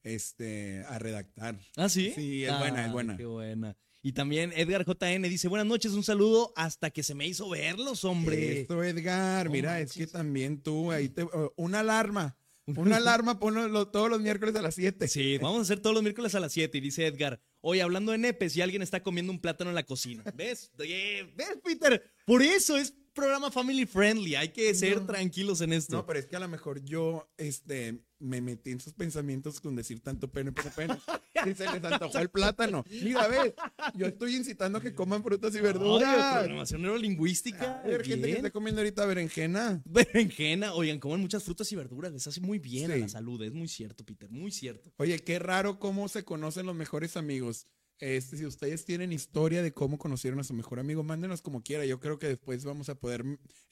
Speaker 2: este, a redactar.
Speaker 1: ¿Ah, sí?
Speaker 2: Sí, es buena, es
Speaker 1: Ah,
Speaker 2: buena.
Speaker 1: Qué buena. Y también Edgar JN dice, buenas noches, un saludo hasta que se me hizo verlos, hombre.
Speaker 2: Esto, Edgar,
Speaker 1: No
Speaker 2: mira, es
Speaker 1: manches.
Speaker 2: que también tú ahí te. oh, Una alarma. Una alarma, ponlo lo- todos los miércoles a las 7.
Speaker 1: Sí, vamos a hacer todos los miércoles a las 7. Y dice Edgar, oye, hablando de nepes, y alguien está comiendo un plátano en la cocina. ¿Ves? Eh, ¿Ves, Peter? Por eso es programa family friendly. Hay que ser
Speaker 2: No.
Speaker 1: tranquilos en esto.
Speaker 2: No, pero es que a lo mejor yo este, me metí en sus pensamientos con decir tanto pene por pene. Y se les antojó el plátano. Mira, ves, yo estoy incitando a que coman frutas y
Speaker 1: Oye,
Speaker 2: verduras.
Speaker 1: programación neurolingüística.
Speaker 2: A ver, gente que
Speaker 1: bien.
Speaker 2: está comiendo ahorita berenjena.
Speaker 1: Berenjena, oigan, coman muchas frutas y verduras, les hace muy bien a
Speaker 2: Sí.
Speaker 1: la salud, es muy cierto, Peter, muy cierto.
Speaker 2: Oye, qué raro cómo se conocen los mejores amigos. Este, si ustedes tienen historia de cómo conocieron a su mejor amigo, mándenos como quiera. Yo creo que después vamos a poder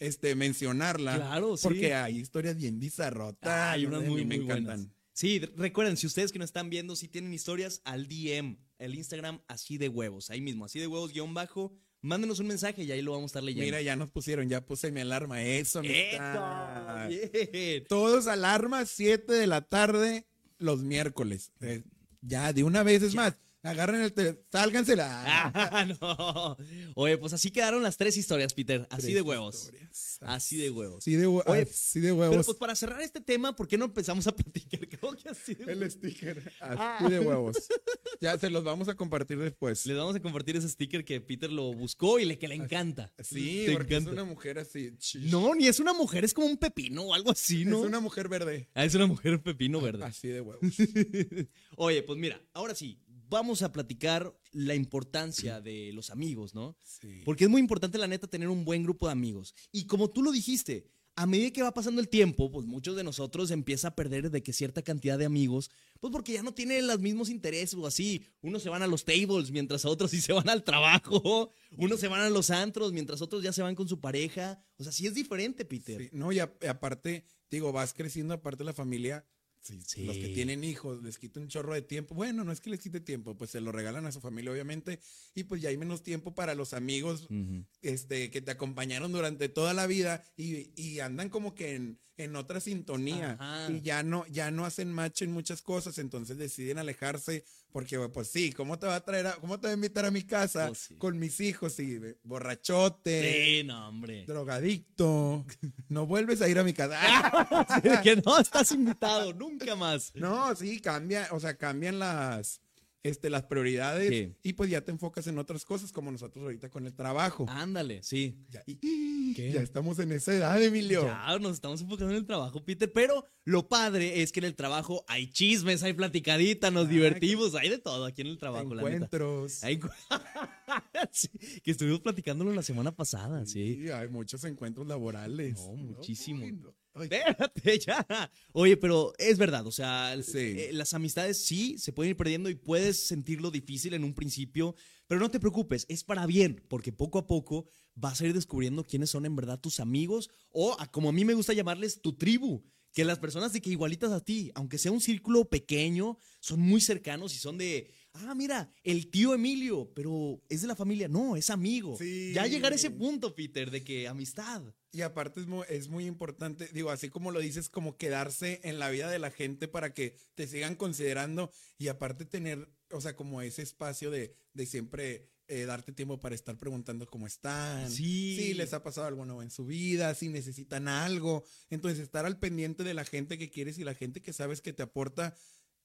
Speaker 2: este, mencionarla.
Speaker 1: Claro, sí.
Speaker 2: Porque hay historias bien bizarrotas.
Speaker 1: Ah, hay
Speaker 2: no
Speaker 1: unas
Speaker 2: sé, a
Speaker 1: muy,
Speaker 2: mí me
Speaker 1: muy
Speaker 2: encantan.
Speaker 1: buenas. Sí, recuerden, si ustedes que nos están viendo, si tienen historias, al DM, el Instagram, así de huevos, ahí mismo, así de huevos, guión bajo, mándenos un mensaje y ahí lo vamos a estar leyendo.
Speaker 2: Mira, ya nos pusieron, ya puse mi alarma. Eso, amistad.
Speaker 1: ¡Eso! ¡Bien!
Speaker 2: Todos alarma 7 de la tarde los miércoles. Eh, ya, de una vez es más. Agarren el teléfono, sálgansela.
Speaker 1: Ah, no. Oye, pues así quedaron las tres historias, Peter, así
Speaker 2: Tres
Speaker 1: de huevos.
Speaker 2: historias.
Speaker 1: Así de huevos.
Speaker 2: Así de, hue-
Speaker 1: Oye,
Speaker 2: así de
Speaker 1: Pero
Speaker 2: huevos.
Speaker 1: pues para cerrar este tema, ¿por qué no empezamos a platicar? Creo que así de
Speaker 2: El sticker. Así
Speaker 1: Ah.
Speaker 2: de huevos. Ya se los vamos a compartir después.
Speaker 1: Les vamos a compartir ese sticker que Peter lo buscó y le, que le encanta.
Speaker 2: Sí,
Speaker 1: Te
Speaker 2: porque
Speaker 1: encanta.
Speaker 2: es una mujer así. ch-
Speaker 1: No, ni es una mujer, es como un pepino o algo así, ¿no?
Speaker 2: Es una mujer verde.
Speaker 1: Ah, es una mujer pepino verde.
Speaker 2: Así de huevos.
Speaker 1: Oye, pues mira, ahora sí, vamos a platicar la importancia de los amigos, ¿no?
Speaker 2: Sí.
Speaker 1: Porque es muy importante, la neta, tener un buen grupo de amigos. Y como tú lo dijiste, a medida que va pasando el tiempo, pues muchos de nosotros empieza a perder de que cierta cantidad de amigos, pues porque ya no tienen los mismos intereses o así. Unos se van a los tables, mientras a otros sí se van al trabajo. Unos se van a los antros, mientras otros ya se van con su pareja. O sea, sí es diferente, Peter.
Speaker 2: Sí, no, y a- aparte, digo, vas creciendo, aparte la familia.
Speaker 1: Sí.
Speaker 2: Los que tienen hijos les quita un chorro de tiempo. Bueno, no es que les quite tiempo, pues se lo regalan a su familia, obviamente. Y pues ya hay menos tiempo para los amigos
Speaker 1: Ujú.
Speaker 2: este, que te acompañaron durante toda la vida y, y andan como que en, en otra sintonía
Speaker 1: Ajá.
Speaker 2: y ya no, ya no hacen match en muchas cosas, entonces deciden alejarse porque pues sí, ¿cómo te va a traer a, cómo te va a invitar a mi casa
Speaker 1: Pues sí.
Speaker 2: con mis hijos y eh, borrachote,
Speaker 1: Sí, no, hombre.
Speaker 2: drogadicto, no vuelves a ir a mi casa? ¡Ah!
Speaker 1: que no estás invitado, nunca más.
Speaker 2: No, sí, cambia, o sea, cambian las este, las prioridades
Speaker 1: Sí.
Speaker 2: y pues ya te enfocas en otras cosas como nosotros ahorita con el trabajo.
Speaker 1: Ándale, sí.
Speaker 2: Ya, y-
Speaker 1: Ah. ¿Qué?
Speaker 2: ya estamos en esa edad, Emilio.
Speaker 1: Ya, nos estamos enfocando en el trabajo, Peter. Pero lo padre es que en el trabajo hay chismes, hay platicadita, nos
Speaker 2: Ah,
Speaker 1: divertimos, hay de todo aquí en el trabajo, la neta.
Speaker 2: encuentros.
Speaker 1: Hay encu- Sí, que estuvimos platicándolo la semana pasada, sí.
Speaker 2: Sí, hay muchos encuentros laborales.
Speaker 1: No, muchísimo.
Speaker 2: Uy, no. Ay,
Speaker 1: Espérate, ya. Oye, pero es verdad, o sea, l-
Speaker 2: Sí.
Speaker 1: eh, las amistades sí se pueden ir perdiendo y puedes sentirlo difícil en un principio, pero no te preocupes, es para bien, porque poco a poco vas a ir descubriendo quiénes son en verdad tus amigos o, a- como a mí me gusta llamarles, tu tribu. Que las personas de que igualitas a ti, aunque sea un círculo pequeño, son muy cercanos y son de, ah, mira, el tío Emilio, pero es de la familia. No, es amigo.
Speaker 2: Sí.
Speaker 1: Ya llegar a ese punto, Peter, de que amistad.
Speaker 2: Y aparte es muy, es muy importante, digo, así como lo dices, como quedarse en la vida de la gente para que te sigan considerando y aparte tener, o sea, como ese espacio de, de siempre eh, darte tiempo para estar preguntando cómo están,
Speaker 1: Sí.
Speaker 2: si les ha pasado algo nuevo en su vida, si necesitan algo. Entonces, estar al pendiente de la gente que quieres y la gente que sabes que te aporta.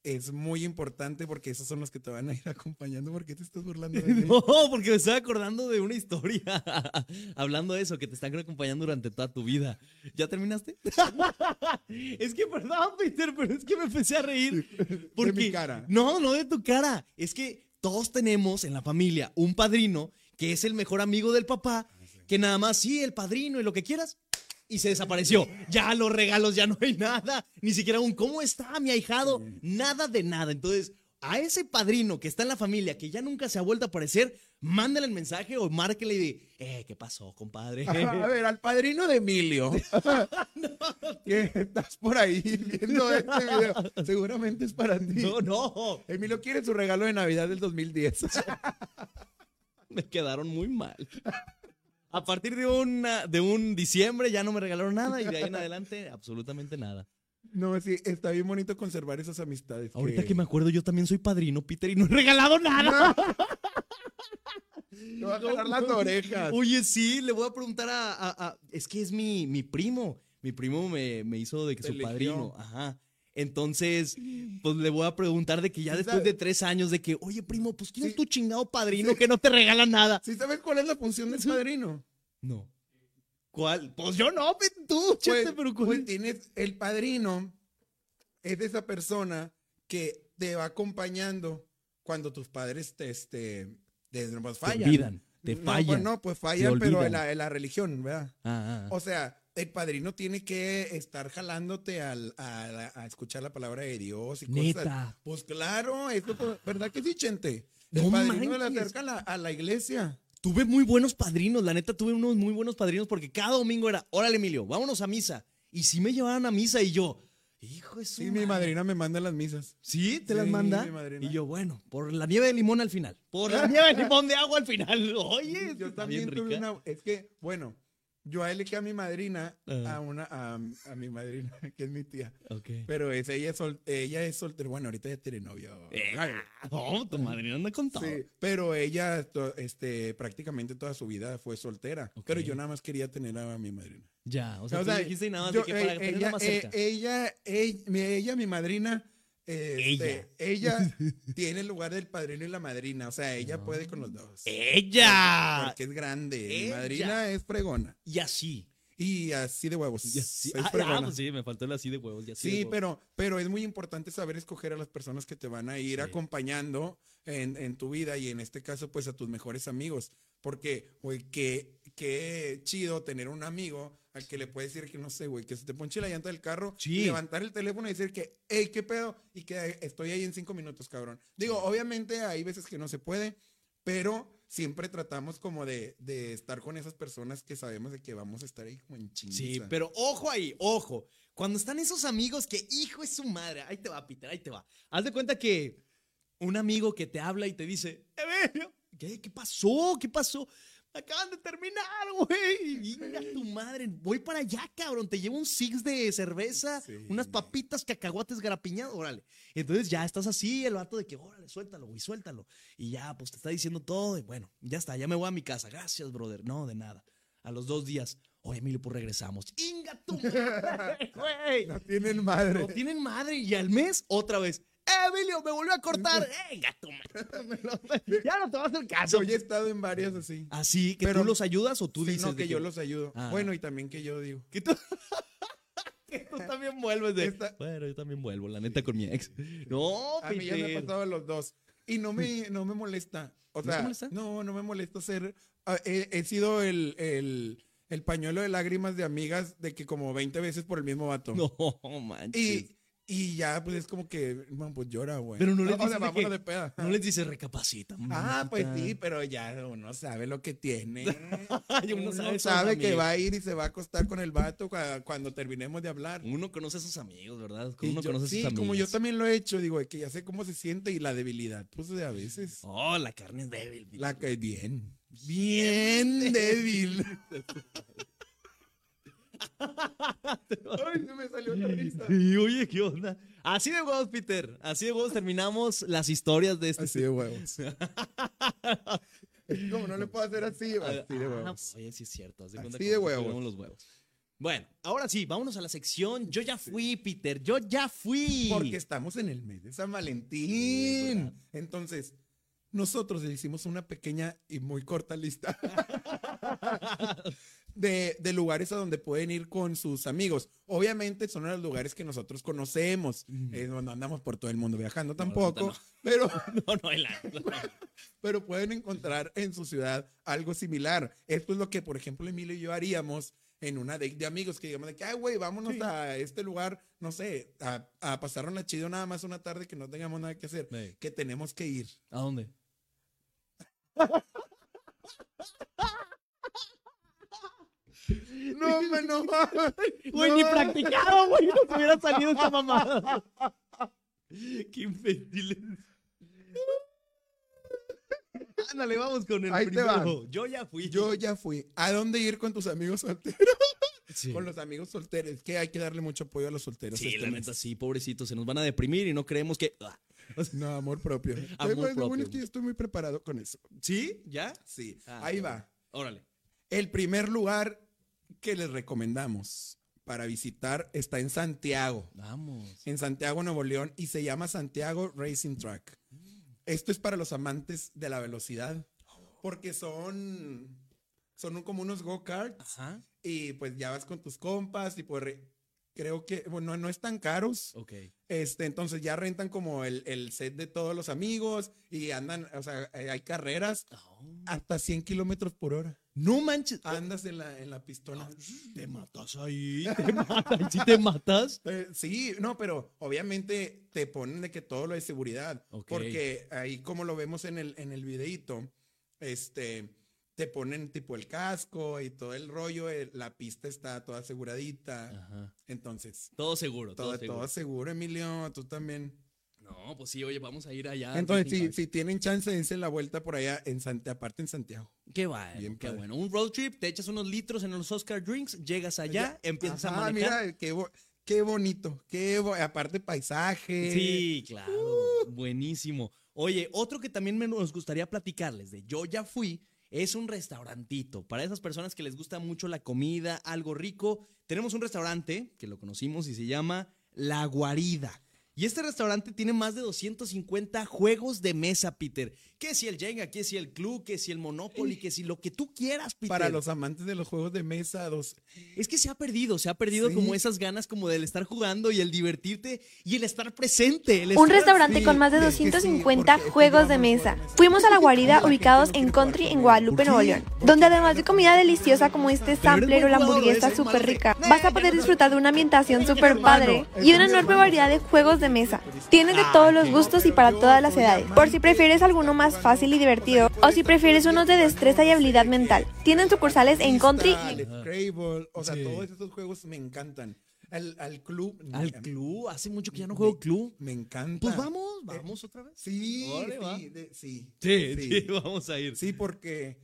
Speaker 2: Es muy importante porque esos son los que te van a ir acompañando. ¿Por qué te estás burlando de mí?
Speaker 1: No, porque me estaba acordando de una historia. Hablando de eso, que te están acompañando durante toda tu vida. ¿Ya terminaste? es que, perdón, Peter, pero es que me empecé a reír. Porque,
Speaker 2: mi cara.
Speaker 1: No, no de tu cara. Es que todos tenemos en la familia un padrino que es el mejor amigo del papá,
Speaker 2: Ah,
Speaker 1: que nada más, sí, el padrino y lo que quieras. Y se desapareció. Ya los regalos, ya no hay nada. Ni siquiera un ¿cómo está mi ahijado? Nada de nada. Entonces, a ese padrino que está en la familia, que ya nunca se ha vuelto a aparecer, mándale el mensaje o márquele y di, eh, ¿qué pasó, compadre?
Speaker 2: Ajá, a ver, al padrino de Emilio. que estás por ahí viendo este video. Seguramente es para ti.
Speaker 1: No, no.
Speaker 2: Emilio quiere su regalo de Navidad del 2010.
Speaker 1: Me quedaron muy mal. A partir de, una, de un diciembre ya no me regalaron nada y de ahí en adelante absolutamente nada.
Speaker 2: No, sí, está bien bonito conservar esas amistades.
Speaker 1: Ahorita que me acuerdo, yo también soy padrino, Peter, y no he regalado nada.
Speaker 2: Te va a jalar las orejas.
Speaker 1: Oye, sí, le voy a preguntar a... a- a- es que es mi, mi primo, Mi primo me, me hizo de que
Speaker 2: Te
Speaker 1: su
Speaker 2: eligió.
Speaker 1: padrino. Ajá. Entonces, pues le voy a preguntar de que ya
Speaker 2: Sí,
Speaker 1: después
Speaker 2: sabe.
Speaker 1: de tres años, de que, oye, primo, pues ¿quién es
Speaker 2: Sí.
Speaker 1: tu chingado padrino que no te regala nada?
Speaker 2: ¿Sí sabes cuál es la función del padrino?
Speaker 1: No. ¿Cuál? Pues yo no, pe- tú, chete,
Speaker 2: Pues,
Speaker 1: pero ¿cuál
Speaker 2: pues
Speaker 1: es?
Speaker 2: tienes el padrino, es de esa persona que te va acompañando cuando tus padres te, este, te, pues,
Speaker 1: Te
Speaker 2: fallan.
Speaker 1: olvidan, te
Speaker 2: No,
Speaker 1: fallan.
Speaker 2: pues no, pues fallan, pero
Speaker 1: olvidan.
Speaker 2: en la, en la religión, ¿verdad?
Speaker 1: Ah, ah, ah.
Speaker 2: O sea, el padrino tiene que estar jalándote al- a, la- a escuchar la palabra de Dios y cosas.
Speaker 1: Neta.
Speaker 2: Pues claro, esto, pues, ¿verdad que sí, Chente? El
Speaker 1: No
Speaker 2: padrino le
Speaker 1: manches.
Speaker 2: acerca a la, a la iglesia.
Speaker 1: Tuve muy buenos padrinos, la neta tuve unos muy buenos padrinos porque cada domingo era, órale Emilio, vámonos a misa. Y si me llevaban a misa y yo, hijo de su
Speaker 2: Sí, mi
Speaker 1: madre".
Speaker 2: madrina me manda las misas.
Speaker 1: ¿Sí? ¿Te las
Speaker 2: Sí,
Speaker 1: manda?
Speaker 2: mi madrina.
Speaker 1: Y yo, bueno, por la nieve de limón al final. Por la nieve de limón de agua al final. Oye,
Speaker 2: yo
Speaker 1: está
Speaker 2: también
Speaker 1: bien
Speaker 2: tuve
Speaker 1: rica.
Speaker 2: una. Es que, bueno, yo elegí a mi madrina,
Speaker 1: Ajá.
Speaker 2: a una, a, a mi madrina, que es mi tía.
Speaker 1: Ok.
Speaker 2: Pero es, ella, es sol- ella es soltera. Bueno, ahorita ya tiene novio.
Speaker 1: Eh, no, tu madre anda con todo.
Speaker 2: Sí, pero ella to- este, prácticamente toda su vida fue soltera.
Speaker 1: Ok.
Speaker 2: Pero yo nada más quería tener a mi madrina.
Speaker 1: Ya, o sea,
Speaker 2: O
Speaker 1: tú
Speaker 2: sea,
Speaker 1: dijiste nada más
Speaker 2: yo-
Speaker 1: de que
Speaker 2: eh,
Speaker 1: para tenerla
Speaker 2: ella,
Speaker 1: más
Speaker 2: eh,
Speaker 1: cerca.
Speaker 2: ella, ey- mi- ella, mi madrina.
Speaker 1: Ella.
Speaker 2: este, ella tiene el lugar del padrino y la madrina. O sea, ella puede con los dos.
Speaker 1: ¡Ella!
Speaker 2: Porque es grande. Mi
Speaker 1: Ella.
Speaker 2: madrina es fregona.
Speaker 1: Y así.
Speaker 2: Y así de huevos.
Speaker 1: Y así.
Speaker 2: Es
Speaker 1: Ah,
Speaker 2: fregona.
Speaker 1: ah, pues sí, me faltó el así de huevos. y así de
Speaker 2: Sí,
Speaker 1: huevos.
Speaker 2: pero, pero es muy importante saber escoger a las personas que te van a ir
Speaker 1: Sí.
Speaker 2: acompañando en, en tu vida y en este caso, pues a tus mejores amigos. Porque, güey, qué, qué chido tener un amigo al que le puedes decir que no sé, güey, que se te ponche la llanta del carro,
Speaker 1: Sí.
Speaker 2: levantar el teléfono y decir que, hey, qué pedo, y que estoy ahí en cinco minutos, cabrón. Digo, obviamente hay veces que no se puede, pero siempre tratamos como de, de estar con esas personas que sabemos de que vamos a estar ahí como en chingas.
Speaker 1: Sí, pero ojo ahí, ojo. Cuando están esos amigos que, hijo es su madre, ahí te va, Peter, ahí te va. Haz de cuenta que un amigo que te habla y te dice, Emilio, ¿qué, qué pasó? ¿Qué pasó? Me acaban de terminar, güey. Mira tu madre, voy para allá, cabrón. Te llevo un six de cerveza,
Speaker 2: Sí.
Speaker 1: unas papitas, cacahuates garapiñados, órale. Entonces ya estás así, el vato de que, órale, suéltalo, güey, suéltalo. Y ya, pues te está diciendo todo, y bueno, ya está, ya me voy a mi casa. Gracias, brother. No, de nada. A los dos días, oye, Emilio, pues regresamos. ¡Inga tu madre, güey!
Speaker 2: No tienen madre.
Speaker 1: No tienen madre. Y al mes, otra vez. ¡Eh, Emilio, me volvió a cortar! ¡Venga, tu madre! Ya no te vas a hacer caso.
Speaker 2: Yo ya he estado en varias así.
Speaker 1: Así, que
Speaker 2: Pero-
Speaker 1: tú los ayudas o Ah, tú
Speaker 2: Sí,
Speaker 1: dices.
Speaker 2: no,
Speaker 1: de
Speaker 2: que yo los ayudo.
Speaker 1: Ah.
Speaker 2: Bueno, y también que yo digo.
Speaker 1: Que tú, que tú también vuelves de.
Speaker 2: Esta-
Speaker 1: Bueno, yo también vuelvo, la neta, con mi ex. No,
Speaker 2: A mí ya me ha
Speaker 1: Peter.
Speaker 2: pasado a los dos. Y no me, no me molesta. O
Speaker 1: ¿No te
Speaker 2: sea,
Speaker 1: molesta?
Speaker 2: no, no me molesta ser. ah, he, he sido el, el, el pañuelo de lágrimas de amigas de que como 20 veces por el mismo vato.
Speaker 1: No, manches.
Speaker 2: Y, y ya, pues es como que, man, pues llora, güey.
Speaker 1: Pero no les
Speaker 2: O sea,
Speaker 1: dices de
Speaker 2: vámonos
Speaker 1: que-
Speaker 2: de peda.
Speaker 1: No les dices recapacita.
Speaker 2: Ah,
Speaker 1: mamacita.
Speaker 2: pues sí, pero ya uno sabe lo que tiene.
Speaker 1: Ay, uno
Speaker 2: uno
Speaker 1: sabe
Speaker 2: sabe,
Speaker 1: sus
Speaker 2: que
Speaker 1: amigas.
Speaker 2: va a ir y se va a acostar con el vato cua- cuando terminemos de hablar.
Speaker 1: Uno conoce a sus amigos, ¿verdad?
Speaker 2: Y
Speaker 1: Uno
Speaker 2: yo-
Speaker 1: conoce a sus
Speaker 2: sí,
Speaker 1: amigos.
Speaker 2: como yo también lo he hecho, digo, es que ya sé cómo se siente y la debilidad, pues de a veces.
Speaker 1: Oh, la carne es débil. Peter.
Speaker 2: La que bien. Bien débil. Ay, no me salió la risa.
Speaker 1: Y oye, ¿qué onda? Así de huevos, Peter. Así de huevos terminamos las historias de este.
Speaker 2: Así de huevos. Es que como no le puedo hacer así, así de
Speaker 1: Ah,
Speaker 2: huevos.
Speaker 1: oye, sí es cierto. Haz de
Speaker 2: Así
Speaker 1: cuenta
Speaker 2: de
Speaker 1: como que
Speaker 2: huevos.
Speaker 1: tuviéramos los huevos. Bueno, ahora sí, vámonos a la sección. Yo ya fui, Peter. Yo ya fui.
Speaker 2: Porque estamos en el mes
Speaker 1: Sí,
Speaker 2: de San
Speaker 1: es verdad.
Speaker 2: Valentín. Entonces, nosotros le hicimos una pequeña y muy corta lista de, de lugares a donde pueden ir con sus amigos. Obviamente son los lugares que nosotros conocemos.
Speaker 1: Ujú.
Speaker 2: Eh, no andamos por todo el mundo viajando
Speaker 1: la neta,
Speaker 2: tampoco,
Speaker 1: no.
Speaker 2: pero,
Speaker 1: No, no, el
Speaker 2: pero pueden encontrar en su ciudad algo similar. Esto es lo que, por ejemplo, Emilio y yo haríamos en una date de amigos que digamos de que, ay, güey, vámonos a este lugar, no sé, a, a pasarnos la chido nada más una tarde que no tengamos nada que hacer,
Speaker 1: Sí.
Speaker 2: que tenemos que ir.
Speaker 1: ¿A dónde?
Speaker 2: No, man, no.
Speaker 1: Güey, ni practicado, güey. No se hubiera salido esta mamada. Qué imbéciles. Ándale, vamos con el
Speaker 2: Ahí te
Speaker 1: primero. Yo ya fui.
Speaker 2: Yo ya fui. ¿A dónde ir con tus amigos solteros?
Speaker 1: Sí.
Speaker 2: Con los amigos solteros. Que hay que darle mucho apoyo a los solteros.
Speaker 1: Sí,
Speaker 2: este
Speaker 1: la
Speaker 2: mes.
Speaker 1: neta, sí, pobrecitos, se nos van a deprimir y no creemos que. Ah,
Speaker 2: No, amor propio.
Speaker 1: Amor
Speaker 2: Eh, bueno, Lo bueno
Speaker 1: propio.
Speaker 2: es que yo estoy muy preparado con eso.
Speaker 1: ¿Sí? ¿Ya?
Speaker 2: Sí,
Speaker 1: Ah,
Speaker 2: ahí
Speaker 1: qué
Speaker 2: va.
Speaker 1: Órale.
Speaker 2: El primer lugar que les recomendamos para visitar está en Santiago.
Speaker 1: Vamos.
Speaker 2: en Santiago, Nuevo León, y se llama Santiago Racing Track. Esto es para los amantes de la velocidad, porque son, son un- como unos go-karts
Speaker 1: Ajá.
Speaker 2: y pues ya vas con tus compas y pues re- creo que, bueno, no es tan caros.
Speaker 1: Ok.
Speaker 2: Este, entonces ya rentan como el, el set de todos los amigos y andan, o sea, eh, hay carreras hasta 100 kilómetros por hora.
Speaker 1: No manches.
Speaker 2: Andas en la, en la pistola.
Speaker 1: Te matas ahí. Te matas. ¿Sí te matas?
Speaker 2: Eh, sí, no, pero obviamente te ponen de que todo lo de seguridad,
Speaker 1: Ok.
Speaker 2: porque ahí como lo vemos en el, en el videíto, este, te ponen tipo el casco y todo el rollo, eh, la pista está toda aseguradita,
Speaker 1: Ajá.
Speaker 2: entonces,
Speaker 1: Todo seguro, Ah. todo,
Speaker 2: todo,
Speaker 1: seguro.
Speaker 2: todo seguro, Emilio, tú también.
Speaker 1: No, pues sí, oye, vamos a ir allá.
Speaker 2: Entonces,
Speaker 1: Disney
Speaker 2: si,
Speaker 1: Park.
Speaker 2: si tienen chance, dense la vuelta por allá, en Santa, aparte en Santiago.
Speaker 1: Qué bueno,
Speaker 2: Bien
Speaker 1: qué
Speaker 2: padre.
Speaker 1: bueno. Un road trip, te echas unos litros en los Oscar Drinks, llegas allá, empiezas
Speaker 2: Ajá,
Speaker 1: a manejar.
Speaker 2: Ah, mira, qué, bo- qué bonito, qué bo- aparte paisaje.
Speaker 1: Sí, claro.
Speaker 2: uh.
Speaker 1: Buenísimo. Oye, otro que también me nos gustaría platicarles de Yo ya fui es un restaurantito. Para esas personas que les gusta mucho la comida, algo rico, tenemos un restaurante que lo conocimos y se llama La Guarida. Y este restaurante tiene más de 250 juegos de mesa, Peter. Que si el Jenga, que si el Club, que si el Monopoly, que si lo que tú quieras, Peter.
Speaker 2: Para los amantes de los juegos de mesa, dos,
Speaker 1: Es que se ha perdido, se ha perdido
Speaker 2: Sí.
Speaker 1: como esas ganas como del estar jugando y el divertirte y el estar presente. el
Speaker 3: Un
Speaker 1: estar-
Speaker 3: restaurante
Speaker 2: sí,
Speaker 3: con más de
Speaker 2: es que sí,
Speaker 3: 250
Speaker 2: porque
Speaker 3: juegos
Speaker 2: jugamos
Speaker 3: de
Speaker 2: juegos
Speaker 3: mesa.
Speaker 2: de mesa.
Speaker 3: Fuimos a la guarida
Speaker 2: La gente
Speaker 3: ubicados
Speaker 2: no
Speaker 3: en
Speaker 2: quiere jugar
Speaker 3: Country
Speaker 2: con
Speaker 3: en
Speaker 2: él.
Speaker 3: Guadalupe,
Speaker 2: ¿Por
Speaker 3: Nuevo
Speaker 2: qué?
Speaker 3: León,
Speaker 2: ¿Por
Speaker 3: donde
Speaker 2: qué?
Speaker 3: además de comida deliciosa como este
Speaker 1: Pero eres
Speaker 3: samplero,
Speaker 1: buen
Speaker 3: la
Speaker 1: jugador,
Speaker 3: hamburguesa
Speaker 1: eres
Speaker 3: súper
Speaker 1: malo,
Speaker 3: rica,
Speaker 1: eres-
Speaker 3: vas a
Speaker 1: Eh,
Speaker 3: poder
Speaker 1: eres
Speaker 3: disfrutar de una ambientación súper
Speaker 2: hermano,
Speaker 3: padre
Speaker 2: eres
Speaker 3: y una
Speaker 2: mi
Speaker 3: enorme
Speaker 2: hermano.
Speaker 3: variedad de juegos de mesa. Tienes de
Speaker 1: Ah,
Speaker 3: todos los
Speaker 1: qué
Speaker 3: gustos y para todas las edades, por si prefieres alguno más fácil y divertido o si prefieres unos de destreza y habilidad mental. Tienen sucursales en Country y en
Speaker 2: Let's Scrabble, o sea,
Speaker 1: Sí.
Speaker 2: todos esos juegos me encantan. Al, al club.
Speaker 1: Al
Speaker 2: me-
Speaker 1: club, hace mucho que ya no juego club.
Speaker 2: Me encanta.
Speaker 1: Pues vamos, vamos otra vez.
Speaker 2: Sí,
Speaker 1: Órale, va.
Speaker 2: sí, de- sí,
Speaker 1: Sí,
Speaker 2: sí.
Speaker 1: sí, vamos a ir.
Speaker 2: Sí, porque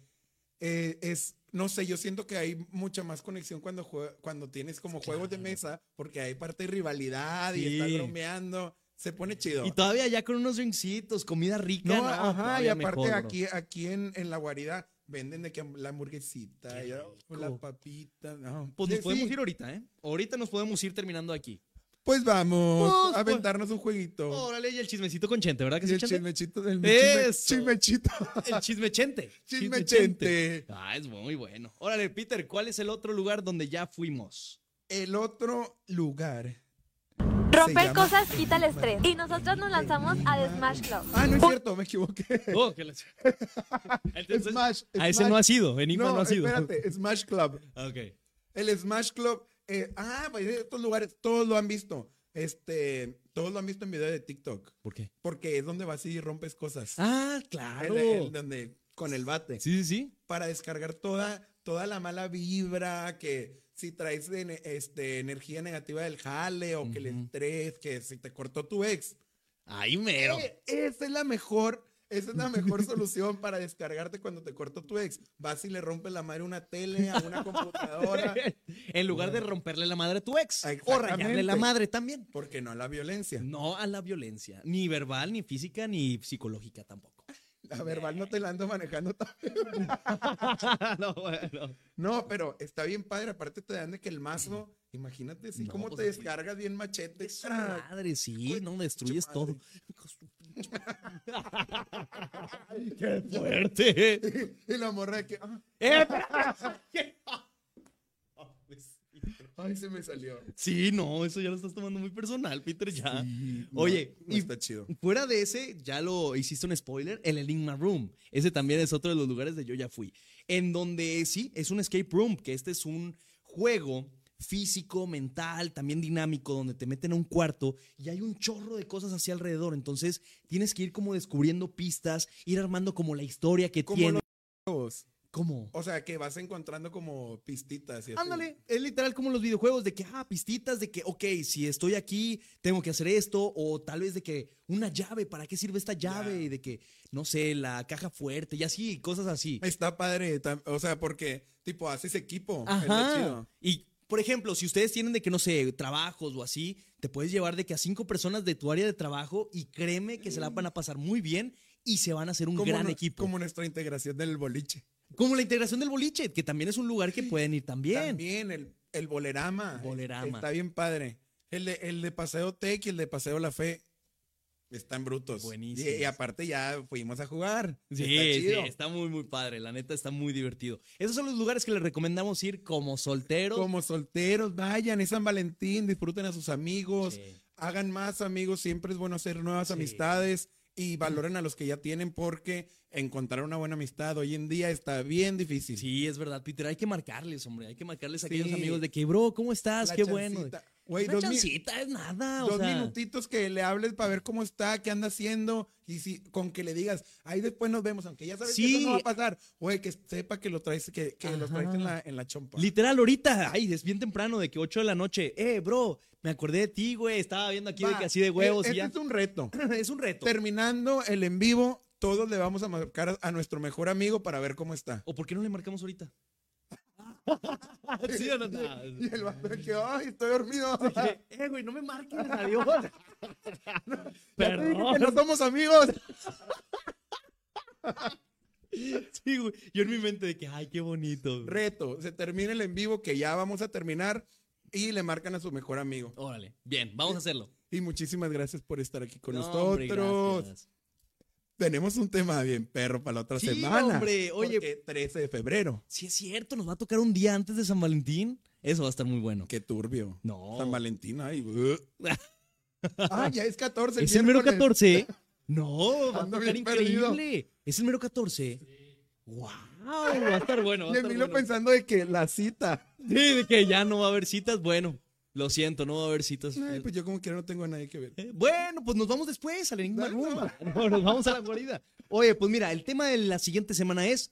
Speaker 2: eh, es, no sé, yo siento que hay mucha más conexión cuando, jue- cuando tienes como juegos de mesa, porque hay parte de rivalidad y
Speaker 1: Sí.
Speaker 2: estás bromeando. Se pone chido.
Speaker 1: Y todavía ya con unos drinkcitos, comida rica.
Speaker 2: No,
Speaker 1: No,
Speaker 2: ajá, y
Speaker 1: todavía
Speaker 2: aparte
Speaker 1: mejor, bro.
Speaker 2: aquí, aquí en, en la guarida venden de que la hamburguesita,
Speaker 1: Qué
Speaker 2: ya, la
Speaker 1: rico.
Speaker 2: papita, no.
Speaker 1: Pues nos
Speaker 2: Sí,
Speaker 1: podemos
Speaker 2: sí.
Speaker 1: ir ahorita, ¿eh? Ahorita nos podemos ir terminando aquí.
Speaker 2: Pues vamos
Speaker 1: Pues, Oh,
Speaker 2: a
Speaker 1: pues.
Speaker 2: aventarnos un jueguito.
Speaker 1: Órale, y el chismecito con Chente, ¿verdad que
Speaker 2: Oh. Y
Speaker 1: sí,
Speaker 2: el
Speaker 1: Chente?
Speaker 2: chismechito del
Speaker 1: Eso.
Speaker 2: chismechito.
Speaker 1: El chismechente.
Speaker 2: Chismechente.
Speaker 1: Ah, es muy bueno. Órale, Peter, ¿cuál es el otro lugar donde ya fuimos?
Speaker 2: El otro lugar.
Speaker 3: Romper
Speaker 2: llama
Speaker 3: cosas quita el estrés. Y nosotros nos lanzamos a The Smash Club.
Speaker 2: Ah, no es cierto, me equivoqué.
Speaker 1: Oh, que la- Entonces,
Speaker 2: Smash.
Speaker 1: a ese
Speaker 2: Smash-
Speaker 1: no ha sido, Enigma no,
Speaker 2: No,
Speaker 1: ha sido.
Speaker 2: espérate, Smash Club.
Speaker 1: Ok.
Speaker 2: El Smash Club. eh, ah, pues estos lugares, todos lo han visto. Este, todos lo han visto en video de TikTok.
Speaker 1: ¿Por qué?
Speaker 2: Porque es donde vas y rompes cosas.
Speaker 1: Ah,
Speaker 2: El-
Speaker 1: claro.
Speaker 2: el donde, con el bate.
Speaker 1: Sí, sí, sí.
Speaker 2: Para descargar toda, toda la mala vibra que si traes de ne- este, energía negativa del jale o que el
Speaker 1: Ujú.
Speaker 2: estrés, que si te cortó tu ex.
Speaker 1: Ahí mero.
Speaker 2: Eh, esa es la mejor, esa es la mejor solución para descargarte cuando te cortó tu ex. Vas y le rompes la madre a una tele, a una computadora.
Speaker 1: en lugar de romperle la madre a tu ex o
Speaker 2: Exactamente.
Speaker 1: rayarle la madre también.
Speaker 2: Porque no la violencia.
Speaker 1: No a la violencia, ni verbal, ni física, ni psicológica tampoco.
Speaker 2: La verbal no te la ando manejando tan-
Speaker 1: no, bueno.
Speaker 2: No, pero está bien padre. Aparte te dan de que el mazo, imagínate si
Speaker 1: No,
Speaker 2: cómo
Speaker 1: pues,
Speaker 2: te
Speaker 1: así.
Speaker 2: descargas bien machete.
Speaker 1: Es
Speaker 2: ¡Ah!
Speaker 1: madre, sí, no destruyes
Speaker 2: madre.
Speaker 1: todo. Hijo de su pinche madre. ¡Qué fuerte! ¡Eh,
Speaker 2: Y la morra de que, ah, Oh,
Speaker 1: espera!
Speaker 2: ay, se me salió.
Speaker 1: Sí, no, eso ya lo estás tomando muy personal, Peter, ya. Oye,
Speaker 2: No, no
Speaker 1: y
Speaker 2: está chido.
Speaker 1: Fuera de ese, ya lo hiciste un spoiler, el Enigma Room. Ese también es otro de los lugares de Yo Ya Fui. En donde sí, es un escape room, que este es un juego físico, mental, también dinámico, donde te meten a un cuarto y hay un chorro de cosas hacia alrededor. Entonces tienes que ir como descubriendo pistas, ir armando como la historia que
Speaker 2: Como
Speaker 1: tiene.
Speaker 2: los juegos.
Speaker 1: ¿Cómo?
Speaker 2: O sea, que vas encontrando como pistitas y así.
Speaker 1: Ándale, es literal como los videojuegos de que, ah, pistitas de que, ok, si estoy aquí, tengo que hacer esto, o tal vez de que una llave, ¿para qué sirve esta llave?
Speaker 2: Ya.
Speaker 1: Y de que, no sé, la caja fuerte y así, cosas así.
Speaker 2: Está padre, tam- o sea, porque tipo haces equipo. es lo
Speaker 1: Ajá.
Speaker 2: chido.
Speaker 1: Y, por ejemplo, si ustedes tienen de que, no sé, trabajos o así, te puedes llevar de que a cinco personas de tu área de trabajo y créeme que se la van a pasar muy bien y se van a hacer un
Speaker 2: Como
Speaker 1: gran
Speaker 2: nu-
Speaker 1: equipo. Como,
Speaker 2: Como nuestra integración del boliche.
Speaker 1: la integración del boliche, que también es un lugar que pueden ir también.
Speaker 2: También el el bolerama.
Speaker 1: Bolerama.
Speaker 2: Está bien padre. El de, el de Paseo Tech y el de Paseo La Fe están brutos.
Speaker 1: Buenísimos.
Speaker 2: Y, y aparte ya fuimos a jugar.
Speaker 1: Sí,
Speaker 2: está
Speaker 1: sí,
Speaker 2: chido.
Speaker 1: está muy, muy padre. La neta está muy divertido. Esos son los lugares que les recomendamos ir como solteros.
Speaker 2: Como solteros, vayan, es San Valentín, disfruten a sus amigos,
Speaker 1: Sí.
Speaker 2: hagan más amigos, siempre es bueno hacer nuevas
Speaker 1: Sí.
Speaker 2: amistades y valoren a los que ya tienen porque encontrar una buena amistad hoy en día está bien difícil.
Speaker 1: Sí, es verdad, Peter. Hay que marcarles, hombre. Hay que marcarles a
Speaker 2: Sí.
Speaker 1: aquellos amigos de que, bro, ¿cómo estás?
Speaker 2: La
Speaker 1: Ah, Qué bueno.
Speaker 2: chancita. Güey,
Speaker 1: Una
Speaker 2: dos, mi-
Speaker 1: chancita es nada. o
Speaker 2: dos
Speaker 1: sea.
Speaker 2: minutitos que le hables para ver cómo está, qué anda haciendo y si con que le digas, ahí después nos vemos, aunque ya sabes
Speaker 1: Sí.
Speaker 2: que eso no va a pasar, güey, que sepa que lo traes, que, que lo traes
Speaker 1: Ajá.
Speaker 2: en la, en la chompa.
Speaker 1: Literal, ahorita, ay, es bien temprano, de que 8 de la noche. Eh, bro, me acordé de ti, güey. Estaba viendo aquí de
Speaker 2: Va,
Speaker 1: que así de huevos
Speaker 2: e-
Speaker 1: y ya.
Speaker 2: este es un reto.
Speaker 1: es un reto.
Speaker 2: Terminando el en vivo, todos le vamos a marcar a nuestro mejor amigo para ver cómo está.
Speaker 1: ¿O por qué no le marcamos ahorita? ¿Sí o no? No.
Speaker 2: Y el vato de que, ay, estoy dormido. Ya
Speaker 1: Eh, güey, no me marques, adiós.
Speaker 2: te dije
Speaker 1: Perdón.
Speaker 2: que no somos amigos.
Speaker 1: Sí, güey. Yo en mi mente de que, ay, qué bonito. güey.
Speaker 2: Reto, se termina el en vivo que ya vamos a terminar y le marcan a su mejor amigo.
Speaker 1: Órale, bien, vamos a hacerlo.
Speaker 2: Y muchísimas gracias por estar aquí con
Speaker 1: No, hombre,
Speaker 2: nosotros.
Speaker 1: gracias.
Speaker 2: Tenemos un tema bien perro para la otra
Speaker 1: Sí,
Speaker 2: semana.
Speaker 1: hombre, oye.
Speaker 2: Porque 13 de febrero.
Speaker 1: Sí, es cierto, nos va a tocar un día antes de San Valentín. Eso va a estar muy bueno.
Speaker 2: Qué turbio.
Speaker 1: No.
Speaker 2: San Valentín, ay. uh. ah, ya es 14.
Speaker 1: ¿Es el mero
Speaker 2: miércoles.
Speaker 1: 14? No, va a
Speaker 2: Ando
Speaker 1: tocar
Speaker 2: bien perdido.
Speaker 1: increíble. ¿Es el mero 14? ¡Wow! Va a estar bueno. Va a
Speaker 2: Y
Speaker 1: estar
Speaker 2: Emilio
Speaker 1: bueno.
Speaker 2: pensando de que la cita.
Speaker 1: Sí, de que ya no va a haber citas. Bueno, lo siento, no va a haber citas.
Speaker 2: Ay, pues yo como quiera no tengo a nadie que ver.
Speaker 1: Eh, Bueno, pues nos vamos después al Enigma
Speaker 2: Dale,
Speaker 1: Room. No, nos vamos a la guarida. Oye, pues mira, el tema de la siguiente semana es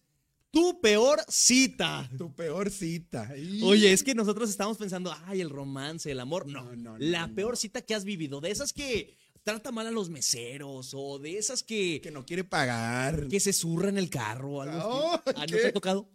Speaker 1: tu peor cita.
Speaker 2: Tu peor cita. Y-
Speaker 1: eh. Oye, es que nosotros estamos pensando, ay, el romance, el amor. No,
Speaker 2: No, no, no,
Speaker 1: la
Speaker 2: no.
Speaker 1: peor cita que has vivido, de esas que trata mal a los meseros o de esas
Speaker 2: Que
Speaker 1: que,
Speaker 2: no quiere pagar.
Speaker 1: que se zurra en el carro o algo
Speaker 2: Oh,
Speaker 1: así. Ah, ¿no
Speaker 2: ¿qué?
Speaker 1: te ha tocado?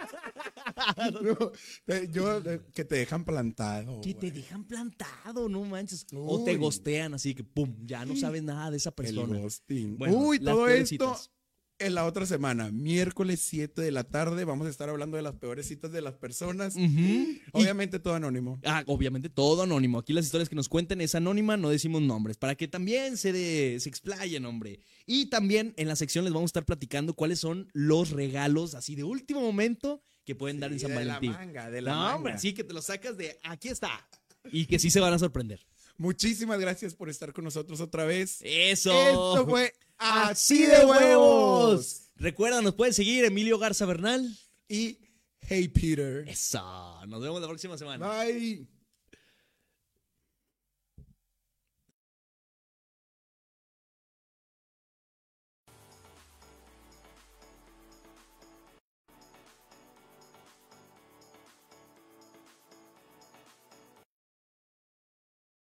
Speaker 2: No, eh, yo, eh, que te dejan plantado.
Speaker 1: Que te
Speaker 2: güey.
Speaker 1: dejan plantado, no manches. O te
Speaker 2: Uy.
Speaker 1: gostean así que, pum, ya no sabes nada de esa
Speaker 2: El
Speaker 1: persona.
Speaker 2: ghosting.
Speaker 1: Bueno,
Speaker 2: Uy,
Speaker 1: las
Speaker 2: todo
Speaker 1: peores
Speaker 2: esto
Speaker 1: citas.
Speaker 2: en la otra semana. Miércoles 7 de la tarde vamos a estar hablando de las peores citas de las personas.
Speaker 1: Ujú.
Speaker 2: Obviamente todo anónimo.
Speaker 1: Ah, obviamente todo anónimo. Aquí las historias que nos cuenten es anónima, no decimos nombres, para que también se, de- se explayen, hombre. Y también en la sección les vamos a estar platicando cuáles son los regalos así de último momento que pueden dar en
Speaker 2: Sí,
Speaker 1: San
Speaker 2: de
Speaker 1: Valentín.
Speaker 2: la manga, de la
Speaker 1: No,
Speaker 2: manga.
Speaker 1: hombre, así que te los sacas de aquí está. Y que sí se van a sorprender.
Speaker 2: Muchísimas gracias por estar con nosotros otra vez.
Speaker 1: Eso.
Speaker 2: Esto fue Así de Huevos.
Speaker 1: Recuerda, nos pueden seguir Emilio Garza Bernal.
Speaker 2: Y Hey Peter.
Speaker 1: Eso. Nos vemos la próxima semana.
Speaker 2: Bye.